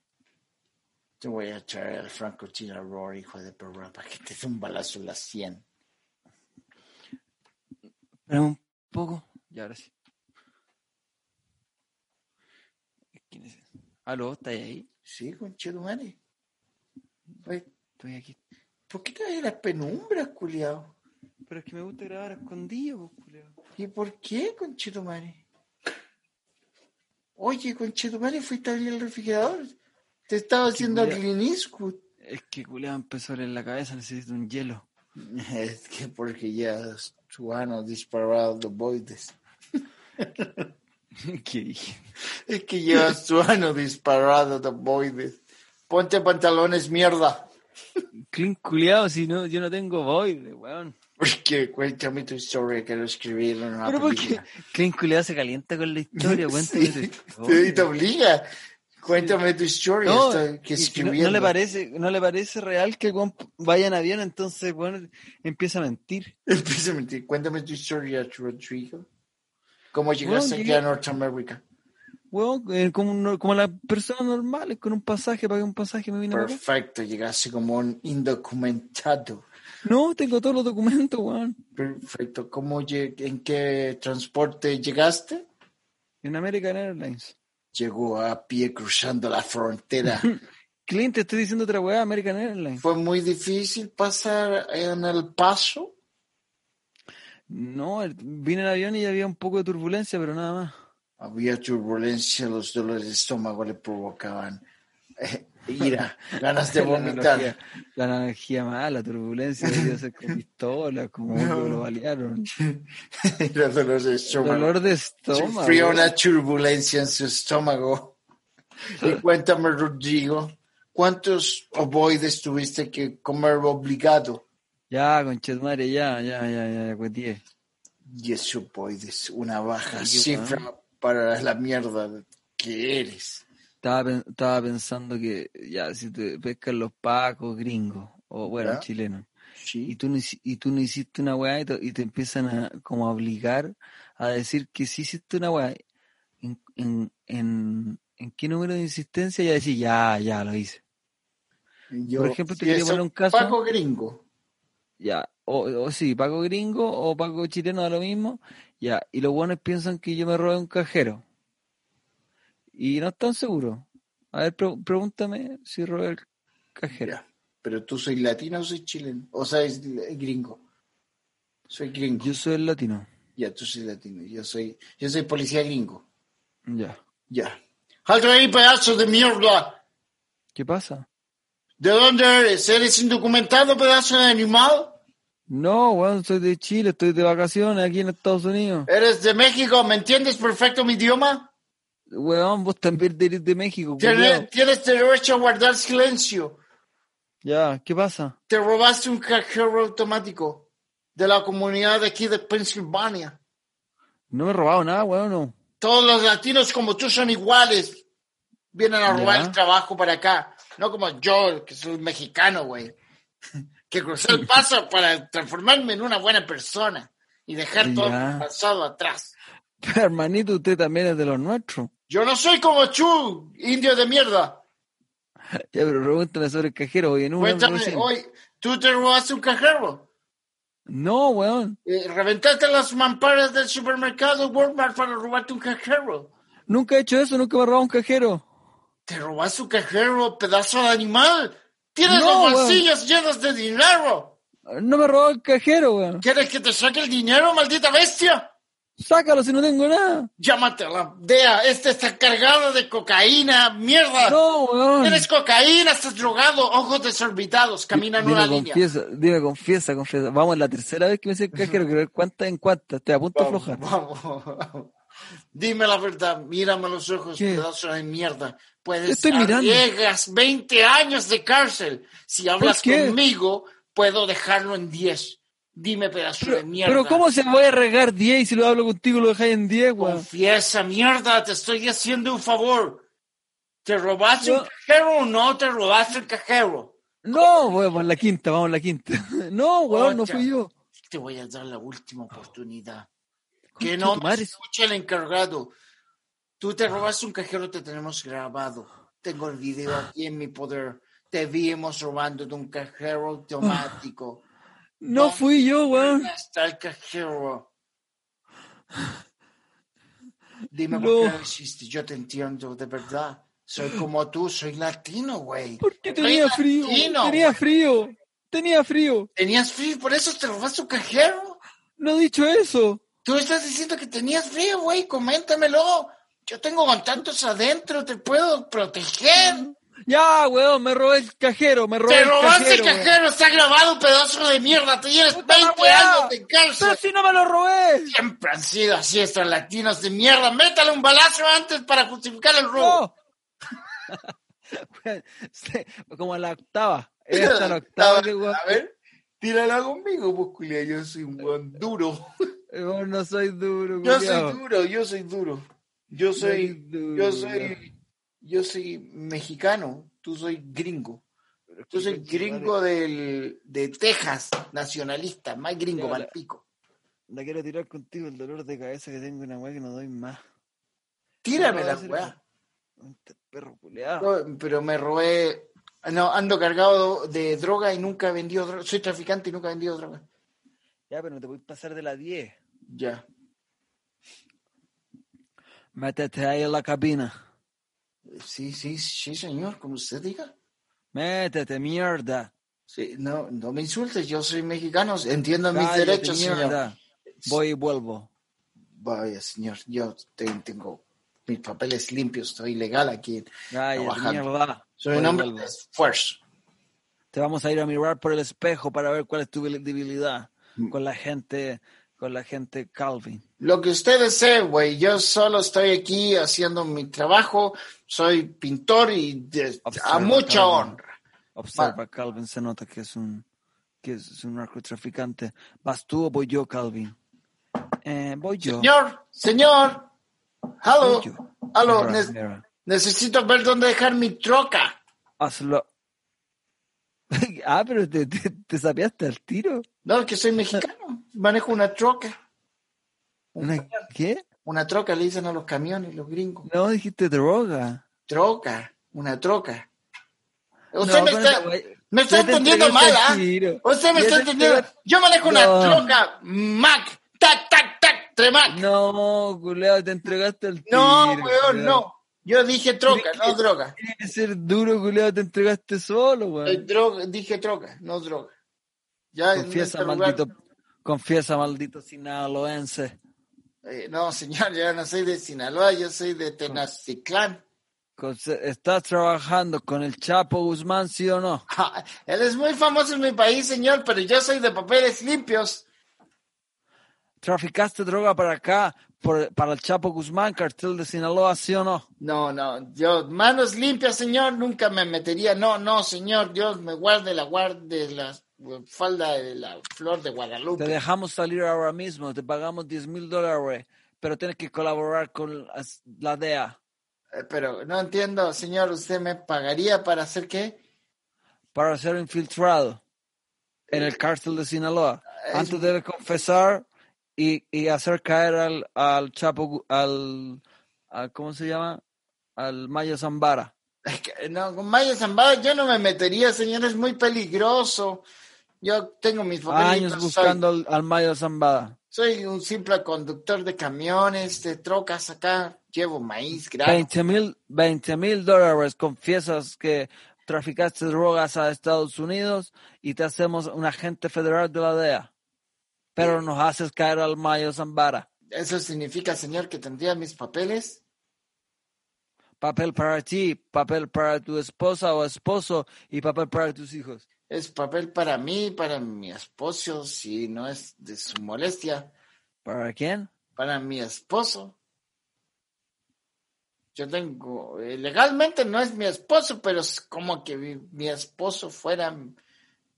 Speaker 2: Te voy a traer al Franco Tirador, hijo de perra, para que te dé un balazo en la sien.
Speaker 1: Pero un poco. Ya, ahora sí. ¿Quién es? ese? ¿Aló? ¿Estás ahí?
Speaker 2: Sí, conchetumare. Oye,
Speaker 1: Estoy aquí.
Speaker 2: ¿Por qué traes las penumbras, culiao?
Speaker 1: Pero es que me gusta grabar a escondido, pues, culiao.
Speaker 2: ¿Y por qué, conchetumare? Oye, conchetumare, fuiste a abrir el refrigerador. Te estaba haciendo
Speaker 1: culiao.
Speaker 2: Clint Eastwood.
Speaker 1: Es que culiao empezó a doler la cabeza, necesito un hielo.
Speaker 2: Es que porque ya su ano disparado de boides.
Speaker 1: ¿Qué dije?
Speaker 2: Es que llevas tu ano disparado de boides. Ponte pantalones, mierda.
Speaker 1: Clint, culiao, si no, yo no tengo void, weón.
Speaker 2: Porque cuéntame tu historia que lo escribieron en una
Speaker 1: Pero porque
Speaker 2: película.
Speaker 1: Clint, culiao, se calienta con la historia, cuéntame tu
Speaker 2: Ah, Sí,
Speaker 1: historia.
Speaker 2: Y te obliga. Cuéntame tu historia
Speaker 1: No,
Speaker 2: esta que
Speaker 1: y si no-
Speaker 2: escribieron.
Speaker 1: no, le parece, no le parece real que el weón vaya en avión, entonces bueno, empieza a mentir.
Speaker 2: Empieza a mentir. Cuéntame tu historia, Rodrigo. ¿Cómo llegaste
Speaker 1: Bueno,
Speaker 2: aquí
Speaker 1: llegué-
Speaker 2: a Norteamérica?
Speaker 1: Weón, eh, como, no- como las personas normales, con un pasaje, pagué un pasaje, me vine para acá.
Speaker 2: Perfecto, llegaste como un indocumentado.
Speaker 1: No, tengo todos los documentos, weón.
Speaker 2: Perfecto. ¿Cómo lleg- ¿En qué transporte llegaste?
Speaker 1: En American Airlines.
Speaker 2: Llegó a pie cruzando la frontera.
Speaker 1: Clint, te estoy diciendo otra weá, American Airlines.
Speaker 2: ¿Fue muy difícil pasar en el paso?
Speaker 1: No, el- vine en avión y había un poco de turbulencia, pero nada más.
Speaker 2: Había turbulencia, los dolores de estómago le provocaban eh, ira, ganas de
Speaker 1: La analogía-
Speaker 2: vomitar.
Speaker 1: La analogía mala, turbulencia, debió ser con pistola, como
Speaker 2: No.
Speaker 1: lo balearon.
Speaker 2: Los dolores de estómago.
Speaker 1: Dolor de estómago.
Speaker 2: Sufrió una turbulencia en su estómago. Y cuéntame, Rodrigo, ¿cuántos ovoides tuviste que comer obligado?
Speaker 1: Ya, conchetumare, ya, ya, ya, ya, ya, cuetié.
Speaker 2: Diez ovoides, una baja
Speaker 1: Ay, qué
Speaker 2: cifra para la mierda que eres.
Speaker 1: Estaba, pen- estaba pensando que, ya, si te pescan los pacos gringos, o bueno,
Speaker 2: Ya.
Speaker 1: chilenos, y
Speaker 2: Sí.
Speaker 1: tú, no, hici- y tú no hiciste una weá y te, y te empiezan a, como a obligar a decir que sí hiciste una weá, ¿en, en, en, en qué número de insistencia? Ya decís, ya, ya, lo hice.
Speaker 2: Yo,
Speaker 1: Por ejemplo, te
Speaker 2: si
Speaker 1: quería
Speaker 2: es
Speaker 1: poner un caso-
Speaker 2: Paco gringo.
Speaker 1: Ya, o, o sí, Paco gringo o Paco chileno da lo mismo, ya, y los buenos piensan que yo me robé un cajero. Y no están seguros. A ver, pre- pregúntame si robé el cajero.
Speaker 2: Ya, Pero tú soy latino o soy chileno? O sea, es gringo. Soy gringo.
Speaker 1: Yo soy el latino.
Speaker 2: Ya, tú soy latino. Yo soy, yo soy policía gringo.
Speaker 1: Ya.
Speaker 2: Ya. ¡Alto ahí, pedazo de mierda!
Speaker 1: ¿Qué pasa?
Speaker 2: ¿De dónde eres? ¿Eres indocumentado, pedazo de animal?
Speaker 1: No, weón, soy de Chile, estoy de vacaciones aquí en Estados Unidos.
Speaker 2: Eres de México, ¿me entiendes perfecto mi idioma?
Speaker 1: Weón, vos también eres de México,
Speaker 2: Tiene-
Speaker 1: culiao.
Speaker 2: Tienes derecho a guardar silencio.
Speaker 1: Ya, ¿qué pasa?
Speaker 2: Te robaste un cajero automático de la comunidad de aquí de Pensilvania.
Speaker 1: No me he robado nada, weón, no.
Speaker 2: Todos los latinos como tú son iguales. Vienen a robar
Speaker 1: Ya.
Speaker 2: el trabajo para acá. No como yo, que soy mexicano, güey. Que crucé el paso para transformarme en una buena persona y dejar todo
Speaker 1: Ya.
Speaker 2: mi pasado atrás.
Speaker 1: Pero, hermanito, usted también es de los nuestros.
Speaker 2: Yo no soy como tú, indio de mierda.
Speaker 1: Ya, pero pregúntame sobre el cajero, oye, no, no,
Speaker 2: Cuéntame,
Speaker 1: recién.
Speaker 2: hoy tú te robaste un cajero.
Speaker 1: No, weón,
Speaker 2: Eh, reventaste las mamparas del supermercado Walmart para robarte un cajero.
Speaker 1: nunca he hecho eso, nunca me he robado un cajero.
Speaker 2: Te robaste un cajero, pedazo de animal. Tienes
Speaker 1: No,
Speaker 2: los
Speaker 1: weón.
Speaker 2: bolsillos llenos de dinero.
Speaker 1: No me he robado el cajero, weón.
Speaker 2: ¿Quieres que te saque el dinero, maldita bestia?
Speaker 1: Sácalo si no tengo nada.
Speaker 2: Llámate a la DEA. Este está cargado de cocaína, mierda.
Speaker 1: No, weón.
Speaker 2: Tienes cocaína, estás drogado, ojos desorbitados, camina en una
Speaker 1: Dime,
Speaker 2: línea.
Speaker 1: confiesa, dime, confiesa, confiesa. Vamos, la tercera vez que me dice el cajero, quiero ver cuánta en cuánta. Estoy a punto de
Speaker 2: Vamos,
Speaker 1: aflojar.
Speaker 2: vamos, vamos. Dime la verdad, mírame a los ojos,
Speaker 1: ¿Qué?
Speaker 2: pedazo de mierda. Puedes
Speaker 1: Te estoy mirando.
Speaker 2: arriesgas 20 años de cárcel. Si hablas
Speaker 1: qué?
Speaker 2: conmigo, puedo dejarlo en 10. Dime, pedazo de mierda.
Speaker 1: Pero ¿cómo se voy a regar 10 y si lo hablo contigo lo dejáis en 10, weón?
Speaker 2: Confiesa, mierda, te estoy haciendo un favor. ¿Te robaste
Speaker 1: Yo-
Speaker 2: un cajero o no te robaste el cajero?
Speaker 1: No, weón, vamos, la quinta, vamos, la quinta. No, weón, no
Speaker 2: Ocha.
Speaker 1: fui yo.
Speaker 2: Te voy a dar la última oportunidad.
Speaker 1: Concha
Speaker 2: Que
Speaker 1: de
Speaker 2: no
Speaker 1: tu
Speaker 2: me
Speaker 1: madre. Ah.
Speaker 2: escuche el encargado. Tú te robaste un cajero, te tenemos grabado. Tengo el video
Speaker 1: Ah.
Speaker 2: aquí en mi poder. Te vimos robando de un cajero automático.
Speaker 1: Ah. No fui yo, weón.
Speaker 2: Hasta el cajero. Dime
Speaker 1: No.
Speaker 2: por qué lo hiciste. Yo te entiendo, de verdad. Soy como tú, soy latino, güey.
Speaker 1: Porque
Speaker 2: Soy
Speaker 1: tenía frío.
Speaker 2: latino,
Speaker 1: Tenía
Speaker 2: güey.
Speaker 1: frío. Tenía frío.
Speaker 2: ¿Tenías frío? ¿Por eso te robaste un cajero?
Speaker 1: No he dicho eso.
Speaker 2: Tú estás diciendo que tenías frío, güey, coméntamelo. Yo tengo contactos adentro, te puedo proteger.
Speaker 1: Ya, weón, me robé el cajero, me robé
Speaker 2: Te
Speaker 1: el
Speaker 2: robaste el
Speaker 1: cajero. weón.
Speaker 2: cajero, está grabado, pedazo de mierda. Te llevas
Speaker 1: Puta la
Speaker 2: 20
Speaker 1: weá.
Speaker 2: años de
Speaker 1: Pero
Speaker 2: cárcel.
Speaker 1: si no me lo robé.
Speaker 2: Siempre han sido así estos latinos de mierda. Métale un balazo antes para justificar el robo.
Speaker 1: No. Weón, se- Como la octava. Esta la octava que weón.
Speaker 2: A ver, tírala conmigo, pues, culia, Yo soy un buen duro.
Speaker 1: Weón, no soy duro,
Speaker 2: Yo
Speaker 1: culiao.
Speaker 2: soy duro, yo soy duro. Yo soy, yo soy, yo soy mexicano, tú soy gringo. Yo soy gringo del, de Texas, nacionalista, más gringo,
Speaker 1: Hola.
Speaker 2: mal pico.
Speaker 1: La quiero tirar contigo el dolor de cabeza que tengo una weá que no doy más.
Speaker 2: Tírame
Speaker 1: No,
Speaker 2: la
Speaker 1: sí,
Speaker 2: weá.
Speaker 1: Este perro culeado.
Speaker 2: No, Pero me robé, no, ando cargado de droga y nunca he vendido droga. Soy traficante y nunca he vendido droga.
Speaker 1: Ya, pero no te voy a pasar de la 10.
Speaker 2: Ya.
Speaker 1: Métete ahí en la cabina.
Speaker 2: Sí, sí, sí, señor, como usted diga.
Speaker 1: Métete, mierda.
Speaker 2: Sí, no, no me insultes, yo soy mexicano, entiendo mis
Speaker 1: Cállate,
Speaker 2: derechos, señor.
Speaker 1: mierda. Voy y vuelvo.
Speaker 2: Vaya, señor, yo te- tengo mis papeles limpios, estoy legal aquí.
Speaker 1: Cállate,
Speaker 2: Trabajando.
Speaker 1: mierda.
Speaker 2: Soy
Speaker 1: Voy
Speaker 2: un
Speaker 1: y
Speaker 2: hombre
Speaker 1: vuelvo.
Speaker 2: de esfuerzo.
Speaker 1: Te vamos a ir a mirar por el espejo para ver cuál es tu debilidad
Speaker 2: Mm.
Speaker 1: con la gente, con la gente Calvin.
Speaker 2: Lo que usted desee, güey. Yo solo estoy aquí haciendo mi trabajo. Soy pintor y de-
Speaker 1: Observa,
Speaker 2: a mucha
Speaker 1: Calvin.
Speaker 2: honra.
Speaker 1: Observa, Calvin, se nota que es un que es un narcotraficante. ¿Vas tú o voy yo, Calvin? Eh, voy yo.
Speaker 2: Señor, señor. Halo,
Speaker 1: Voy yo.
Speaker 2: halo.
Speaker 1: Mira,
Speaker 2: ne-
Speaker 1: mira.
Speaker 2: necesito ver dónde dejar mi troca.
Speaker 1: Hazlo. ah, pero te, te, te sapeaste al tiro.
Speaker 2: No, que soy mexicano. Manejo una troca.
Speaker 1: ¿Una qué?
Speaker 2: Una troca le dicen a los camiones, los gringos.
Speaker 1: No, dijiste droga.
Speaker 2: Troca, una troca. Usted
Speaker 1: No,
Speaker 2: me
Speaker 1: pero
Speaker 2: está...
Speaker 1: te voy-
Speaker 2: Me está
Speaker 1: Ya te
Speaker 2: entendiendo mal,
Speaker 1: entregaste
Speaker 2: ¿ah?
Speaker 1: el tiro.
Speaker 2: Usted me
Speaker 1: Ya
Speaker 2: está
Speaker 1: te
Speaker 2: entendiendo.
Speaker 1: entregaste-
Speaker 2: Yo manejo una
Speaker 1: No.
Speaker 2: troca Mac. Tac, tac, tac, Tremac.
Speaker 1: No, culeo, te entregaste al tiro.
Speaker 2: No, weón,
Speaker 1: culeado.
Speaker 2: no. Yo dije troca,
Speaker 1: ¿De
Speaker 2: no droga.
Speaker 1: Tienes que ser duro, culeo, te entregaste solo,
Speaker 2: Eh,
Speaker 1: weón.
Speaker 2: droga. Dije troca, no droga. Ya en
Speaker 1: Confiesa,
Speaker 2: este lugar-
Speaker 1: maldito. Confiesa, maldito sinaloense.
Speaker 2: Eh, no, señor, yo no soy de Sinaloa, yo soy de Tenochtitlán.
Speaker 1: Con- ¿Estás trabajando con el Chapo Guzmán, sí o no?
Speaker 2: Ja, Él es muy famoso en mi país, señor, pero yo soy de papeles limpios.
Speaker 1: ¿Traficaste droga para acá, por- para el Chapo Guzmán, cartel de Sinaloa, sí o no?
Speaker 2: No, no, yo, manos limpias, señor, nunca me metería. No, no, señor, Dios me guarde la guarde la falda de la flor de
Speaker 1: Te
Speaker 2: Guadalupe.
Speaker 1: dejamos salir ahora mismo, te pagamos 10 mil dólares, pero tienes que colaborar con las- la DEA
Speaker 2: Eh, Pero no entiendo, señor, ¿usted me pagaría para hacer qué?
Speaker 1: para ser infiltrado en el cártel de Sinaloa. Antes de confesar y, y hacer caer al, al Chapo, Gu- al, al- ¿cómo se llama? Al Mayo Zambara.
Speaker 2: Es que, No, con Maya Zambada yo no me metería, señor, es muy peligroso. Yo tengo mis
Speaker 1: Años
Speaker 2: favoritos. soy-
Speaker 1: buscando al, al Mayo Zambada.
Speaker 2: Soy un simple conductor de camiones, de trocas acá, llevo maíz, grano.
Speaker 1: 20 mil 20 mil dólares. Confiesas que traficaste drogas a Estados Unidos y te hacemos un agente federal de la DEA. Pero nos haces caer al Mayo Zambara.
Speaker 2: Eso significa, señor, que tendría mis papeles.
Speaker 1: Papel para ti, papel para tu esposa o esposo y papel para tus hijos.
Speaker 2: Es papel para mí, para mi esposo, si no es de su molestia,
Speaker 1: ¿Para quién?
Speaker 2: para mi esposo. Yo tengo, eh, legalmente no es mi esposo, pero es como que mi, mi esposo fuera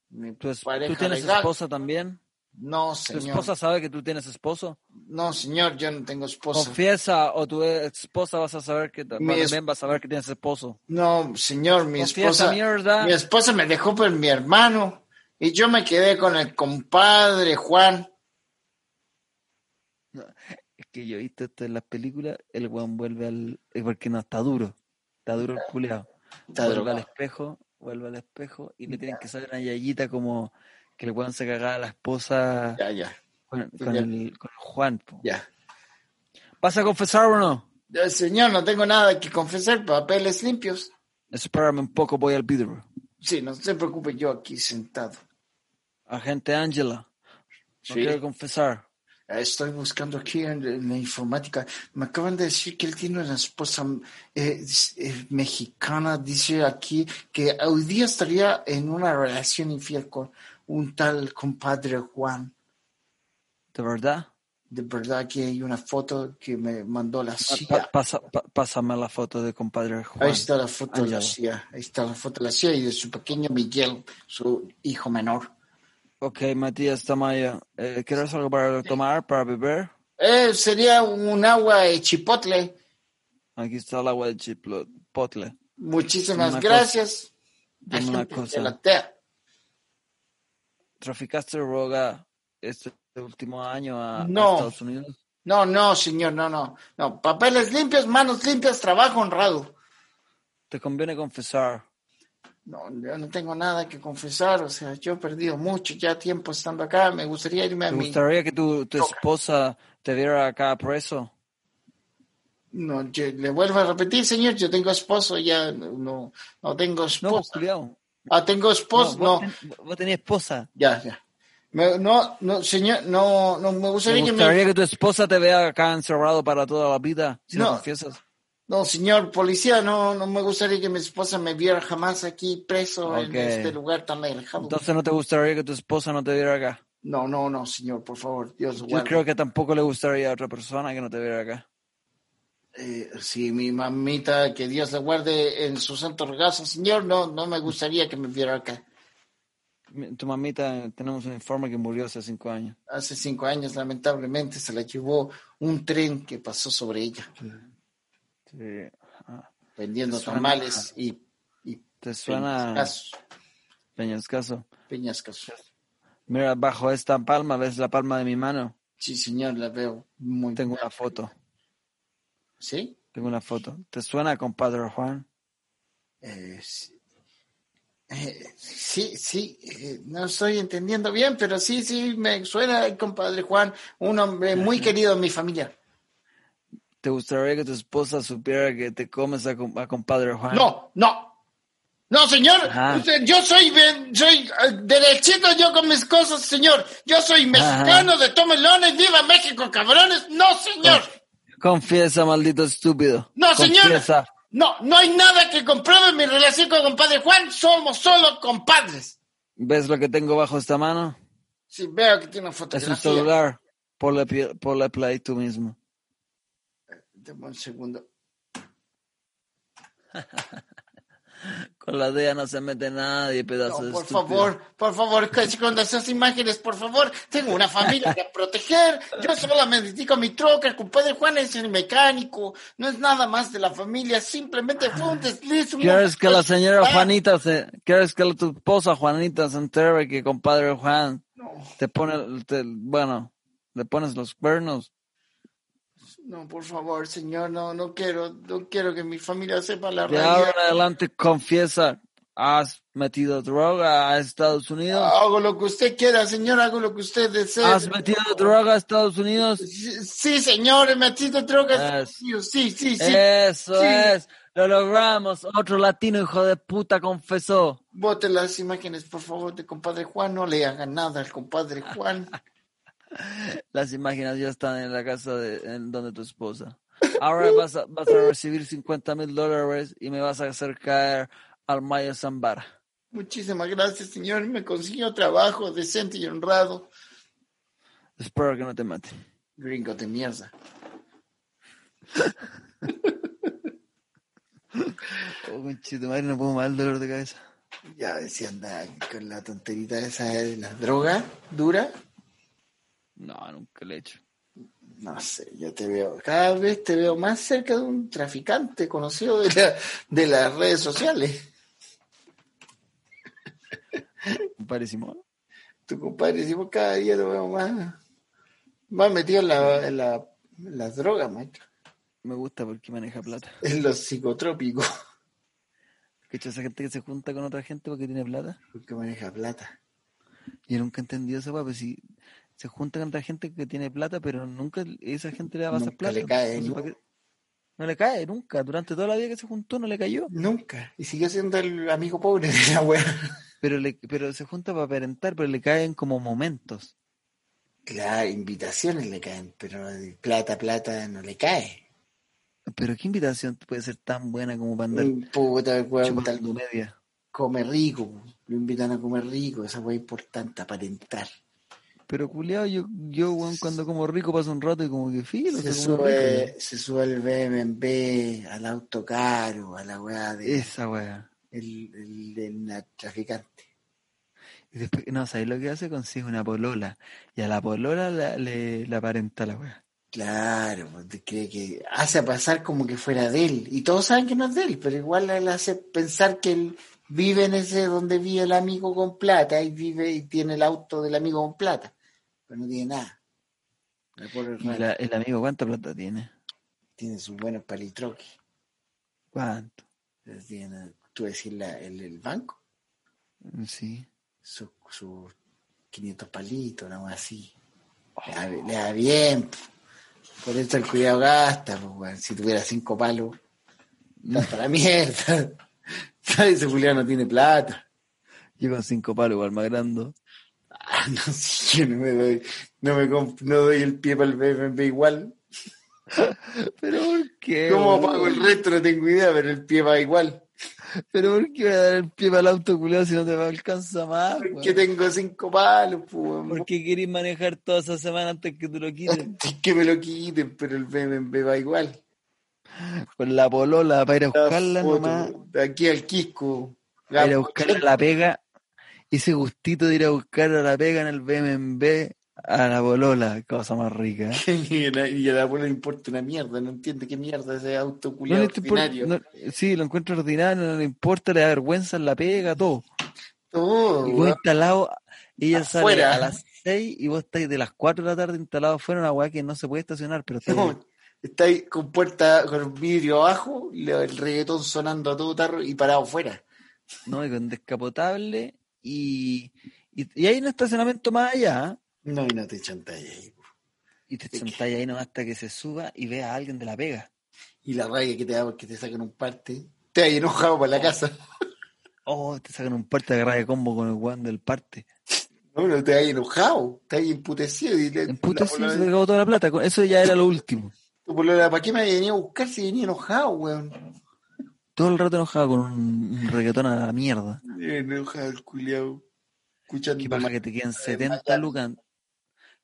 Speaker 2: mi
Speaker 1: ¿Tu es-
Speaker 2: pareja
Speaker 1: ¿Tú tienes
Speaker 2: legal.
Speaker 1: esposa también?
Speaker 2: No,
Speaker 1: ¿Tu
Speaker 2: señor.
Speaker 1: esposa sabe que tú tienes esposo?
Speaker 2: No, señor, yo no tengo esposa.
Speaker 1: Confiesa o tu e-, esposa vas a saber que
Speaker 2: Mi es-
Speaker 1: también vas a saber que tienes esposo.
Speaker 2: No, señor, mi
Speaker 1: Confiesa,
Speaker 2: esposa,
Speaker 1: mierda.
Speaker 2: mi esposa me dejó por mi hermano y yo me quedé con el compadre Juan.
Speaker 1: Es que yo he visto esto en las películas, el weón vuelve al... es Porque no, está duro. Está duro el culeado.
Speaker 2: Está
Speaker 1: Vuelve
Speaker 2: drogado.
Speaker 1: al espejo, vuelve al espejo y le tienen que salir una yayita como que el weón se cagaba a la esposa
Speaker 2: Ya, ya,
Speaker 1: con,
Speaker 2: ya.
Speaker 1: con el, con el Juan. po.
Speaker 2: ya.
Speaker 1: ¿Vas a confesar o no?
Speaker 2: Eh, Señor, no tengo nada que confesar, papeles limpios.
Speaker 1: Espérame un poco, voy al vidrio.
Speaker 2: Sí, no se preocupe, yo aquí sentado.
Speaker 1: Agente Angela, no
Speaker 2: Sí.
Speaker 1: quiero confesar.
Speaker 2: Ah, Estoy buscando aquí en, en la informática. Me acaban de decir que él tiene una esposa eh, s- eh, mexicana. Dice aquí que hoy día estaría en una relación infiel con un tal compadre Juan.
Speaker 1: ¿De verdad?
Speaker 2: De verdad que hay una foto que me mandó la
Speaker 1: Pa-
Speaker 2: CIA.
Speaker 1: pa- pasa- pa- pásame la foto de compadre Ah, Juan.
Speaker 2: Ah,
Speaker 1: Ah,
Speaker 2: Ahí está la foto de la
Speaker 1: Ángela.
Speaker 2: CIA. Ahí está la foto de la CIA y de su pequeño Miguel, su hijo menor.
Speaker 1: Ok, Matías Tamayo, eh, ¿quieres algo para tomar, para beber?
Speaker 2: Eh, sería un agua de chipotle.
Speaker 1: Aquí está el agua de chiplo, potle.
Speaker 2: Muchísimas
Speaker 1: Una cosa-
Speaker 2: gracias.
Speaker 1: Dime una
Speaker 2: Agentes de la
Speaker 1: cosa.
Speaker 2: TEA.
Speaker 1: ¿Traficaste droga este último año a, a
Speaker 2: No.
Speaker 1: Estados Unidos?
Speaker 2: No, no, señor, no, no. No, papeles limpios, manos limpias, trabajo honrado.
Speaker 1: Te conviene confesar.
Speaker 2: No, yo no tengo nada que confesar. O sea, yo he perdido mucho ya tiempo estando acá. Me gustaría irme a
Speaker 1: ¿Te
Speaker 2: mi...
Speaker 1: gustaría que tu, tu esposa te viera acá preso?
Speaker 2: No, yo- le vuelvo a repetir, señor, yo tengo esposo, ya no, no
Speaker 1: No,
Speaker 2: tengo
Speaker 1: pues,
Speaker 2: esposo.
Speaker 1: culiao.
Speaker 2: ah, tengo esposo, no,
Speaker 1: vos, ten- vos tenés esposa.
Speaker 2: ya, ya. Me- no, no, señor, no, no, me
Speaker 1: ¿Te
Speaker 2: gustaría que me...
Speaker 1: gustaría que tu esposa te vea acá encerrado para toda la vida? Si no,
Speaker 2: No.
Speaker 1: confiesas.
Speaker 2: No, señor policía, no, no me gustaría que mi esposa me viera jamás aquí preso
Speaker 1: Ok.
Speaker 2: en este lugar tan alejado.
Speaker 1: Entonces no te gustaría que tu esposa no te viera acá.
Speaker 2: no, no, no, señor, por favor, Dios
Speaker 1: Yo
Speaker 2: guarde.
Speaker 1: creo que tampoco le gustaría a otra persona que no te viera acá.
Speaker 2: Eh, sí, mi mamita, que Dios la guarde en su santo regazo, señor, no, no me gustaría que me viera acá.
Speaker 1: Mi- Tu mamita, tenemos un informe que murió hace cinco años.
Speaker 2: Hace cinco años, lamentablemente, se la llevó un tren que pasó sobre ella.
Speaker 1: Sí. Ah,
Speaker 2: vendiendo
Speaker 1: Suena-
Speaker 2: tamales y, y
Speaker 1: ¿Te suena
Speaker 2: peñascasos,
Speaker 1: Peñascaso?
Speaker 2: peñascasos.
Speaker 1: Mira, bajo esta palma, ¿ves la palma de mi mano?
Speaker 2: Sí, señor, la veo muy
Speaker 1: Tengo una foto.
Speaker 2: ¿Sí?
Speaker 1: Tengo una foto. ¿Te suena, compadre Juan?
Speaker 2: Eh, sí. Eh, sí, sí, eh, no estoy entendiendo bien, pero sí, sí, me suena el compadre Juan, un hombre muy querido en mi familia.
Speaker 1: ¿Te gustaría que tu esposa supiera que te comes a, com- a compadre Juan?
Speaker 2: No, no. No, señor,
Speaker 1: Ajá.
Speaker 2: usted- yo soy, de- soy eh, derechito yo con mis cosas, señor. Yo soy mexicano de Tomelones, viva México, cabrones. No, señor.
Speaker 1: Confiesa, maldito estúpido.
Speaker 2: No, señor.
Speaker 1: Confiesa.
Speaker 2: No, no hay nada que compruebe mi relación con compadre Juan, somos solo compadres.
Speaker 1: ¿Ves lo que tengo bajo esta mano?
Speaker 2: Si veo que tiene una
Speaker 1: Es
Speaker 2: fotografía.
Speaker 1: un celular. Por la, por la play tú mismo.
Speaker 2: Dame un segundo.
Speaker 1: Con la DEA no se mete nadie,
Speaker 2: No,
Speaker 1: pedazo de
Speaker 2: por
Speaker 1: estúpido.
Speaker 2: favor, por favor, casi con esas imágenes, por favor. Tengo una familia que proteger. Yo solo me dedico a mi troca. El compadre Juan es el mecánico. No es nada más de la familia. Simplemente fue un desliz. un
Speaker 1: Ah, ¿Quieres que la señora
Speaker 2: Ah,
Speaker 1: Juanita se... ¿Quieres que tu esposa Juanita se entere que compadre Juan
Speaker 2: No,
Speaker 1: te pone... te- bueno, le pones los cuernos?
Speaker 2: no, por favor, señor. No, no quiero, no quiero que mi familia sepa la
Speaker 1: De ahora
Speaker 2: realidad.
Speaker 1: en adelante confiesa, ¿has metido droga a Estados Unidos?
Speaker 2: Hago lo que usted quiera, señor. Hago lo a usted desee.
Speaker 1: ¿Has metido droga a Estados Unidos?
Speaker 2: Sí, sí, señor. He metido drogas.
Speaker 1: Es-
Speaker 2: Sí, sí, sí. sí.
Speaker 1: Eh, Eso
Speaker 2: Sí.
Speaker 1: es, lo logramos. Otro latino hijo de puta confesó.
Speaker 2: Bote las imágenes, por favor, de compadre Juan. No le haga nada al compadre Juan.
Speaker 1: Las imágenes ya están en la casa de en donde tu esposa. Ahora vas a, vas a recibir 50 mil dólares y me vas a hacer caer al Mayo Zambara.
Speaker 2: Muchísimas gracias, señor. Me consiguió trabajo decente y honrado.
Speaker 1: Espero que no te maten.
Speaker 2: Gringo de mierda.
Speaker 1: Oh, conchito, madre, no puedo más el dolor de cabeza.
Speaker 2: Ya decía, anda con la tonterita esa de la droga dura.
Speaker 1: No, nunca lo he hecho.
Speaker 2: No sé, yo te veo, cada vez te veo más cerca de un traficante conocido de, la- de las redes sociales.
Speaker 1: Compadre Simón.
Speaker 2: Tu compadre, si vos cada día lo veo más, más metido en, la, en la- en las drogas, maestro.
Speaker 1: Me gusta porque maneja plata.
Speaker 2: En los psicotrópicos.
Speaker 1: Que esa gente que se junta con otra gente porque tiene plata.
Speaker 2: Porque maneja plata.
Speaker 1: Yo nunca he entendido esa weá, pues si se junta con otra gente que tiene plata, pero nunca esa gente le va a pasar
Speaker 2: Nunca
Speaker 1: plata.
Speaker 2: le cae,
Speaker 1: Entonces,
Speaker 2: ¿no?
Speaker 1: ¿para qué? No le cae nunca. Durante toda la vida que se juntó no le cayó.
Speaker 2: Nunca. Y siguió siendo el amigo pobre de la wea.
Speaker 1: Pero, le, pero se junta para aparentar, pero le caen como momentos.
Speaker 2: Claro, invitaciones le caen, pero de plata, plata no le cae.
Speaker 1: Pero qué invitación puede ser tan buena como para andar
Speaker 2: Un puta el weón tal
Speaker 1: chupando media.
Speaker 2: come rico, lo invitan a comer rico, esa weá es importante, aparentar.
Speaker 1: Pero culiao, yo, yo weón, cuando como rico paso un rato y como que filo,
Speaker 2: Se
Speaker 1: se como rico,
Speaker 2: sube, se sube el BMW, al auto caro, a la weá
Speaker 1: ya.
Speaker 2: de
Speaker 1: Esa weá.
Speaker 2: el, el- el na- traficante.
Speaker 1: Y después, no, ¿sabes lo que hace? Consigue una polola. Y a la polola la- le, le aparenta la weá.
Speaker 2: Claro, porque cree que hace pasar como que fuera de él. Y todos saben que no es de él, pero igual él hace pensar que él vive en ese donde vive el amigo con plata y vive y tiene el auto del amigo con plata. Pero no tiene nada. El pobre
Speaker 1: Y
Speaker 2: raro
Speaker 1: la- el amigo, ¿cuánta plata tiene?
Speaker 2: tiene sus buenos palitroques.
Speaker 1: ¿Cuánto?
Speaker 2: Entonces tiene, tú decís la- el, el banco,
Speaker 1: Sí.
Speaker 2: sus sus 500 palitos, nada más así. Le da, le da bien. po. Por eso el cuidado gasta, po, weón. si tuviera cinco palos. Hasta la mierda. ¿Sabes? Ese Julián no tiene plata.
Speaker 1: Yo con cinco palos igual más grande.
Speaker 2: Ah, no, si yo no me doy, no me comp- no doy el pie para el BFB igual.
Speaker 1: ¿Pero por qué?
Speaker 2: ¿Cómo
Speaker 1: boludo?
Speaker 2: pago el resto? No tengo idea, pero el pie va igual.
Speaker 1: ¿Pero por qué voy a dar el pie para el auto culiao si no te alcanza más? weón?
Speaker 2: Porque tengo cinco palos, pues.
Speaker 1: ¿Por qué querés manejar toda esa semana antes que te lo quiten?
Speaker 2: Antes que me lo quiten, pero el BFB va igual.
Speaker 1: Con la polola para ir a
Speaker 2: La
Speaker 1: buscarla
Speaker 2: foto,
Speaker 1: nomás.
Speaker 2: de aquí al Quisco.
Speaker 1: Para ir a buscarla a la pega. Ese gustito de ir a buscar a la pega en el BMB a la polola. Cosa más rica.
Speaker 2: Y a la- y a la abuela le importa una mierda, no entiende qué mierda ese auto
Speaker 1: No
Speaker 2: culiado
Speaker 1: le
Speaker 2: ordinario.
Speaker 1: importa- no- sí, lo encuentro ordinario, no le importa, le da vergüenza en la pega, todo.
Speaker 2: Todo,
Speaker 1: Y vos
Speaker 2: weón.
Speaker 1: instalado, ella sale
Speaker 2: Afuera.
Speaker 1: a las 6 y vos estáis de las 4 de la tarde instalado afuera en una weá que no se puede estacionar, pero está ahí.
Speaker 2: No, está ahí con puerta, con vidrio abajo, y la- el reggaetón sonando a todo tarro y parado afuera.
Speaker 1: ¿no? Y con descapotable y, y, y hay un estacionamiento más allá ¿eh?
Speaker 2: No, y no te chantalles ahí.
Speaker 1: y te sentáis ahí nomás hasta que se suba y veas a alguien de la pega.
Speaker 2: Y la raya que te da porque te sacan un parte, te hay enojado para la casa.
Speaker 1: Oh, te sacan un parte de agarrar de combo con el weón del parte.
Speaker 2: No, no te hay enojado, te hay emputecido. Y le-
Speaker 1: En puto
Speaker 2: Eh, la
Speaker 1: sí,
Speaker 2: polola-
Speaker 1: se te acabó toda la plata, con- eso ya era lo último.
Speaker 2: tu polola, ¿para qué me venía a buscar si venía enojado, weón?
Speaker 1: Todo el rato enojado con un un reggaetón a la mierda.
Speaker 2: Enoja el culiao. Escuchando
Speaker 1: Que paja que te quedan 70 lucas.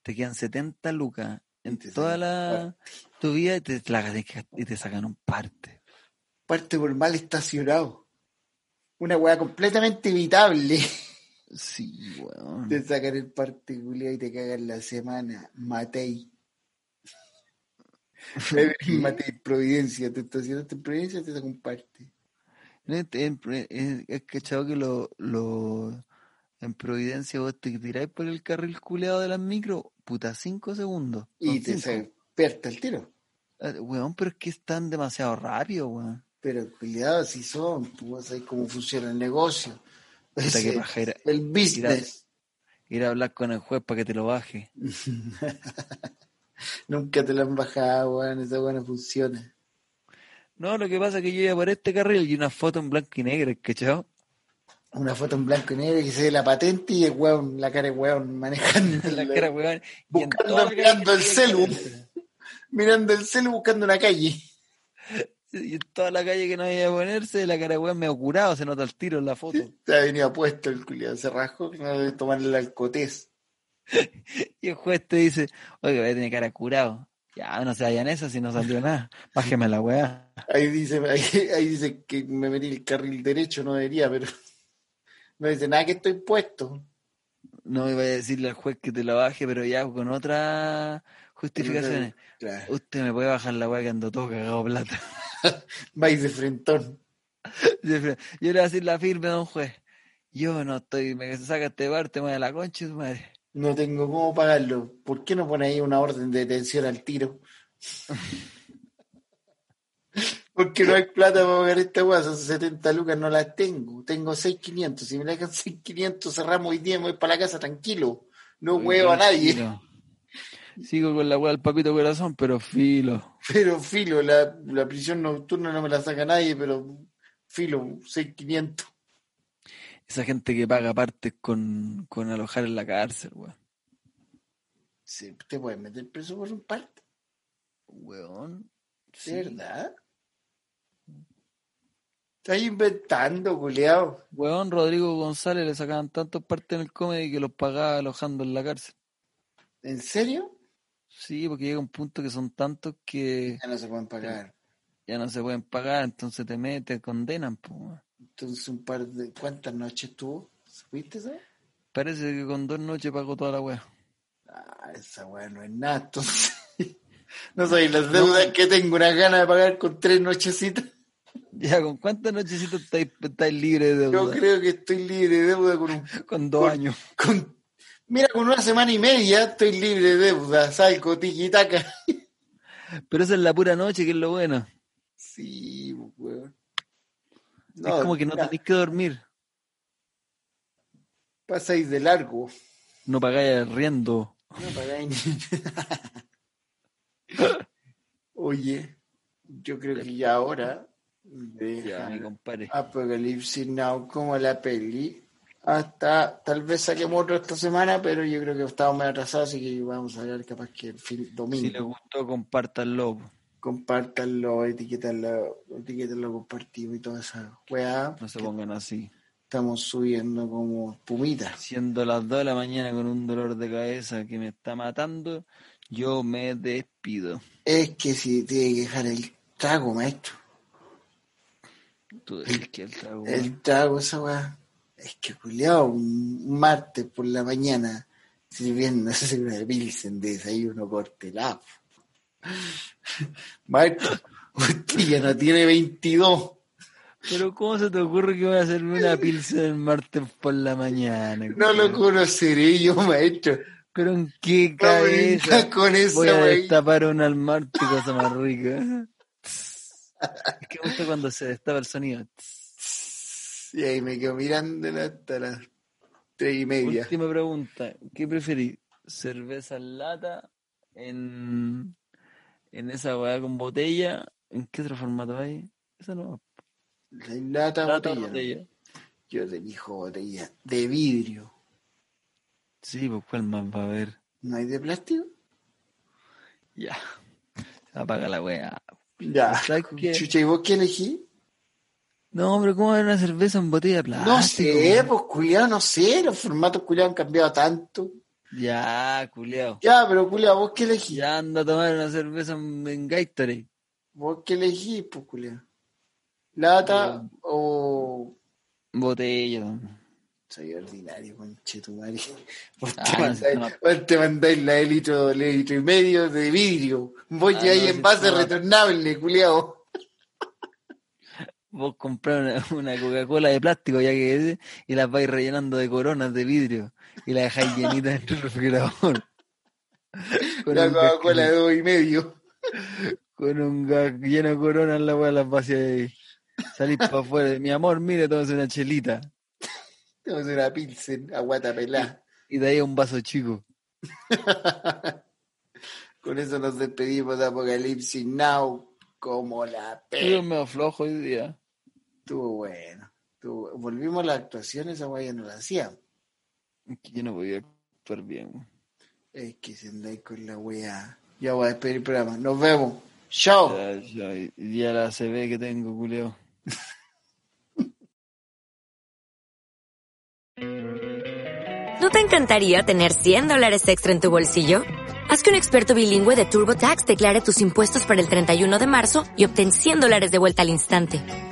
Speaker 1: Te quedan 70 lucas en
Speaker 2: te
Speaker 1: toda
Speaker 2: sacan
Speaker 1: la tu vida y te, la- y te sacan un parte.
Speaker 2: parte por mal estacionado. Una weá completamente evitable.
Speaker 1: Sí, weón.
Speaker 2: Te sacan el parte culiao y te cagan la semana. Matei. Matei Providencia. Te estacionaste en Providencia te sacan un parte.
Speaker 1: No, en- en- en- ¿Has cachado que lo, lo- en Providencia vos te tiráis por el carril culeado de las micro? Puta, cinco segundos.
Speaker 2: Y
Speaker 1: son
Speaker 2: te
Speaker 1: cinco.
Speaker 2: despierta el tiro.
Speaker 1: Ah, Weón, pero es que están demasiado rápido, weón.
Speaker 2: Pero cuidado, si son, tú vos sabés cómo funciona el negocio.
Speaker 1: Puta, qué
Speaker 2: Ese-
Speaker 1: paja ir, a-
Speaker 2: el business.
Speaker 1: ir a hablar con el juez para que te lo baje.
Speaker 2: Nunca te lo han bajado, weón. Esa weá no funciona.
Speaker 1: No, lo que pasa es que yo iba por este carril y una foto en blanco y negro, ¿cachado?
Speaker 2: Una foto en blanco y negro que se ve la patente y el weón, la cara de weón manejando.
Speaker 1: La cara, weón. y en
Speaker 2: buscando,
Speaker 1: toda la calle
Speaker 2: mirando
Speaker 1: que
Speaker 2: el
Speaker 1: no había
Speaker 2: celu. Mirando el celu, buscando una calle.
Speaker 1: Y en toda la calle que no había que ponerse, la cara, weón, me curado, se nota el tiro en la foto.
Speaker 2: Se ha venido puesto el culiado, se rascó, no debe tomar el alcotés.
Speaker 1: Y el juez te dice, oye, voy a tener cara curado. Ya, no se vayan esas si no salió nada. Bájeme la weá.
Speaker 2: Ahí dice, ahí, ahí dice que me metí el carril derecho, no debería, pero no dice nada que estoy puesto.
Speaker 1: No iba a decirle al juez que te la baje, pero ya con otras justificaciones.
Speaker 2: Claro.
Speaker 1: Usted me puede bajar la weá que ando todo cagado plata.
Speaker 2: Vais de frentón.
Speaker 1: Yo le voy a decir la firme, don juez. Yo no estoy, me saca este bar, te mueve la concha, de tu madre.
Speaker 2: No tengo cómo pagarlo. ¿Por qué no pone ahí una orden de detención al tiro? Porque no hay plata para pagar esta weá, son 70 lucas, no las tengo. Tengo 6.500. Si me la dejan 6.500, cerramos hoy día, me voy para la casa tranquilo. No
Speaker 1: Oye,
Speaker 2: huevo a nadie.
Speaker 1: tranquilo. Sigo con la weá del papito corazón, pero filo.
Speaker 2: Pero filo, la, la prisión nocturna no me la saca nadie, pero filo, 6.500.
Speaker 1: Esa gente que paga partes con, con alojar en la cárcel, weón.
Speaker 2: Sí, te puedes meter preso por un parte,
Speaker 1: Weón.
Speaker 2: ¿de
Speaker 1: sí.
Speaker 2: verdad? Estás inventando, culeado.
Speaker 1: Weón, Rodrigo González le sacaban tantos partes en el comedy que los pagaba alojando en la cárcel.
Speaker 2: ¿En serio?
Speaker 1: Sí, porque llega un punto que son tantos que
Speaker 2: Ya no se pueden pagar.
Speaker 1: ya no se pueden pagar, entonces te meten, te condenan. po, weón.
Speaker 2: Entonces, un par de. ¿Cuántas noches tuvo? ¿Supiste eso?
Speaker 1: Parece que con dos noches pagó toda la weá.
Speaker 2: Ah, esa weá no es nada, entonces. No sabéis las deudas que tengo, una gana de pagar con tres nochecitas.
Speaker 1: Ya, ¿con cuántas nochecitos estáis, estáis libres de
Speaker 2: Yo
Speaker 1: deuda?
Speaker 2: creo que estoy libre de deuda con un
Speaker 1: Con dos
Speaker 2: con-
Speaker 1: años.
Speaker 2: con- mira, con una semana y media estoy libre de deuda, salgo tiquitaca.
Speaker 1: Pero esa es la pura noche, que es lo bueno.
Speaker 2: Sí, weón.
Speaker 1: es como que no
Speaker 2: mira,
Speaker 1: tenéis que dormir.
Speaker 2: pasáis de largo.
Speaker 1: No pagáis arriendo.
Speaker 2: No pagáis ni- Oye, yo creo que ya ahora
Speaker 1: Ya, mi
Speaker 2: deja
Speaker 1: compadre.
Speaker 2: Apocalipsis Now como la peli. Hasta, tal vez saquemos otro esta semana, pero yo creo que estamos muy atrasados, así que vamos a hablar capaz que el fin domingo.
Speaker 1: Si les gustó, compártanlo. po.
Speaker 2: compártanlo, etiquétanlo, etiquétanlo, compartido y toda esa weá.
Speaker 1: No se pongan así.
Speaker 2: Estamos subiendo como pumitas.
Speaker 1: Siendo las 2 de la mañana con un dolor de cabeza que me está matando, yo me despido.
Speaker 2: Es que si tiene que dejar el trago, maestro.
Speaker 1: Tú decís que el trago, weón.
Speaker 2: El trago, esa weá. Es que culiao, un martes por la mañana, sirviendo una pilsen de desayuno cortelado. Maestro, usted ya no tiene 22.
Speaker 1: Pero ¿cómo se te ocurre que voy a hacerme una pilsen el martes por la mañana?
Speaker 2: No lo
Speaker 1: weón?
Speaker 2: conoceré yo, maestro.
Speaker 1: ¿Pero en qué
Speaker 2: No me
Speaker 1: cabeza
Speaker 2: vengas con esa
Speaker 1: voy a
Speaker 2: weá.
Speaker 1: destapar una al martes, cosa más rica? Es que me gusta cuando se destapa el sonido.
Speaker 2: Y ahí me quedo mirándola hasta las tres y media.
Speaker 1: Última pregunta. ¿Qué preferís? ¿Cerveza en lata? ¿En, en esa weá con botella? ¿En qué otro formato hay? Esa no.
Speaker 2: La lata,
Speaker 1: Lata o
Speaker 2: botella.
Speaker 1: botella.
Speaker 2: Yo te elijo botella de vidrio.
Speaker 1: Sí, pues cuál más va a haber.
Speaker 2: ¿No hay de plástico?
Speaker 1: Ya. Apaga la weá.
Speaker 2: Ya.
Speaker 1: ¿Sabes qué?
Speaker 2: Chucha, ¿y vos qué elegí?
Speaker 1: No, pero ¿cómo era una cerveza en botella de plástico?
Speaker 2: No sé,
Speaker 1: weón?
Speaker 2: pues culiado, no sé, los formatos culiados han cambiado tanto.
Speaker 1: Ya, culiao.
Speaker 2: Ya, pero culiado, vos qué elegís.
Speaker 1: Ya anda a tomar una cerveza en, en Gatorade.
Speaker 2: Vos qué elegís, pues culiado. Lata o.
Speaker 1: Botella. también.
Speaker 2: Soy ordinario, conchetumare. Vos
Speaker 1: Ah,
Speaker 2: te
Speaker 1: no,
Speaker 2: mandáis,
Speaker 1: no.
Speaker 2: vos te mandáis la de litro, litro y medio de vidrio. Vos
Speaker 1: Ah,
Speaker 2: lleváis
Speaker 1: no,
Speaker 2: en
Speaker 1: sí,
Speaker 2: base
Speaker 1: no.
Speaker 2: retornable, culiado.
Speaker 1: Vos comprás una, una Coca-Cola de plástico, ya que es, y las vais rellenando de coronas de vidrio. Y la dejáis llenita dentro del refrigerador. Con
Speaker 2: La
Speaker 1: un
Speaker 2: Coca-Cola de
Speaker 1: gas-
Speaker 2: dos y medio.
Speaker 1: Con un gas lleno de coronas, la weá las vacías ahí. Salís para afuera. Mi amor, mire, tomas una chelita.
Speaker 2: Tenemos una pilsen, aguata pelá.
Speaker 1: Y de ahí un vaso chico.
Speaker 2: Con eso nos despedimos de Apocalipsis Now. Como la
Speaker 1: Yo
Speaker 2: P.
Speaker 1: me aflojo hoy día.
Speaker 2: Estuvo bueno. Estuvo- Volvimos a las actuaciones, esa guaya no la hacían.
Speaker 1: Es que Yo no podía actuar bien. weón.
Speaker 2: Es que se andáis con la weá. Ya voy a despedir el programa. Nos vemos. Chao.
Speaker 1: Ya, ya, ya la CB que tengo, culeo.
Speaker 3: ¿No te encantaría tener 100 dólares extra en tu bolsillo? Haz que un experto bilingüe de TurboTax declare tus impuestos para el 31 de marzo y obtén 100 dólares de vuelta al instante.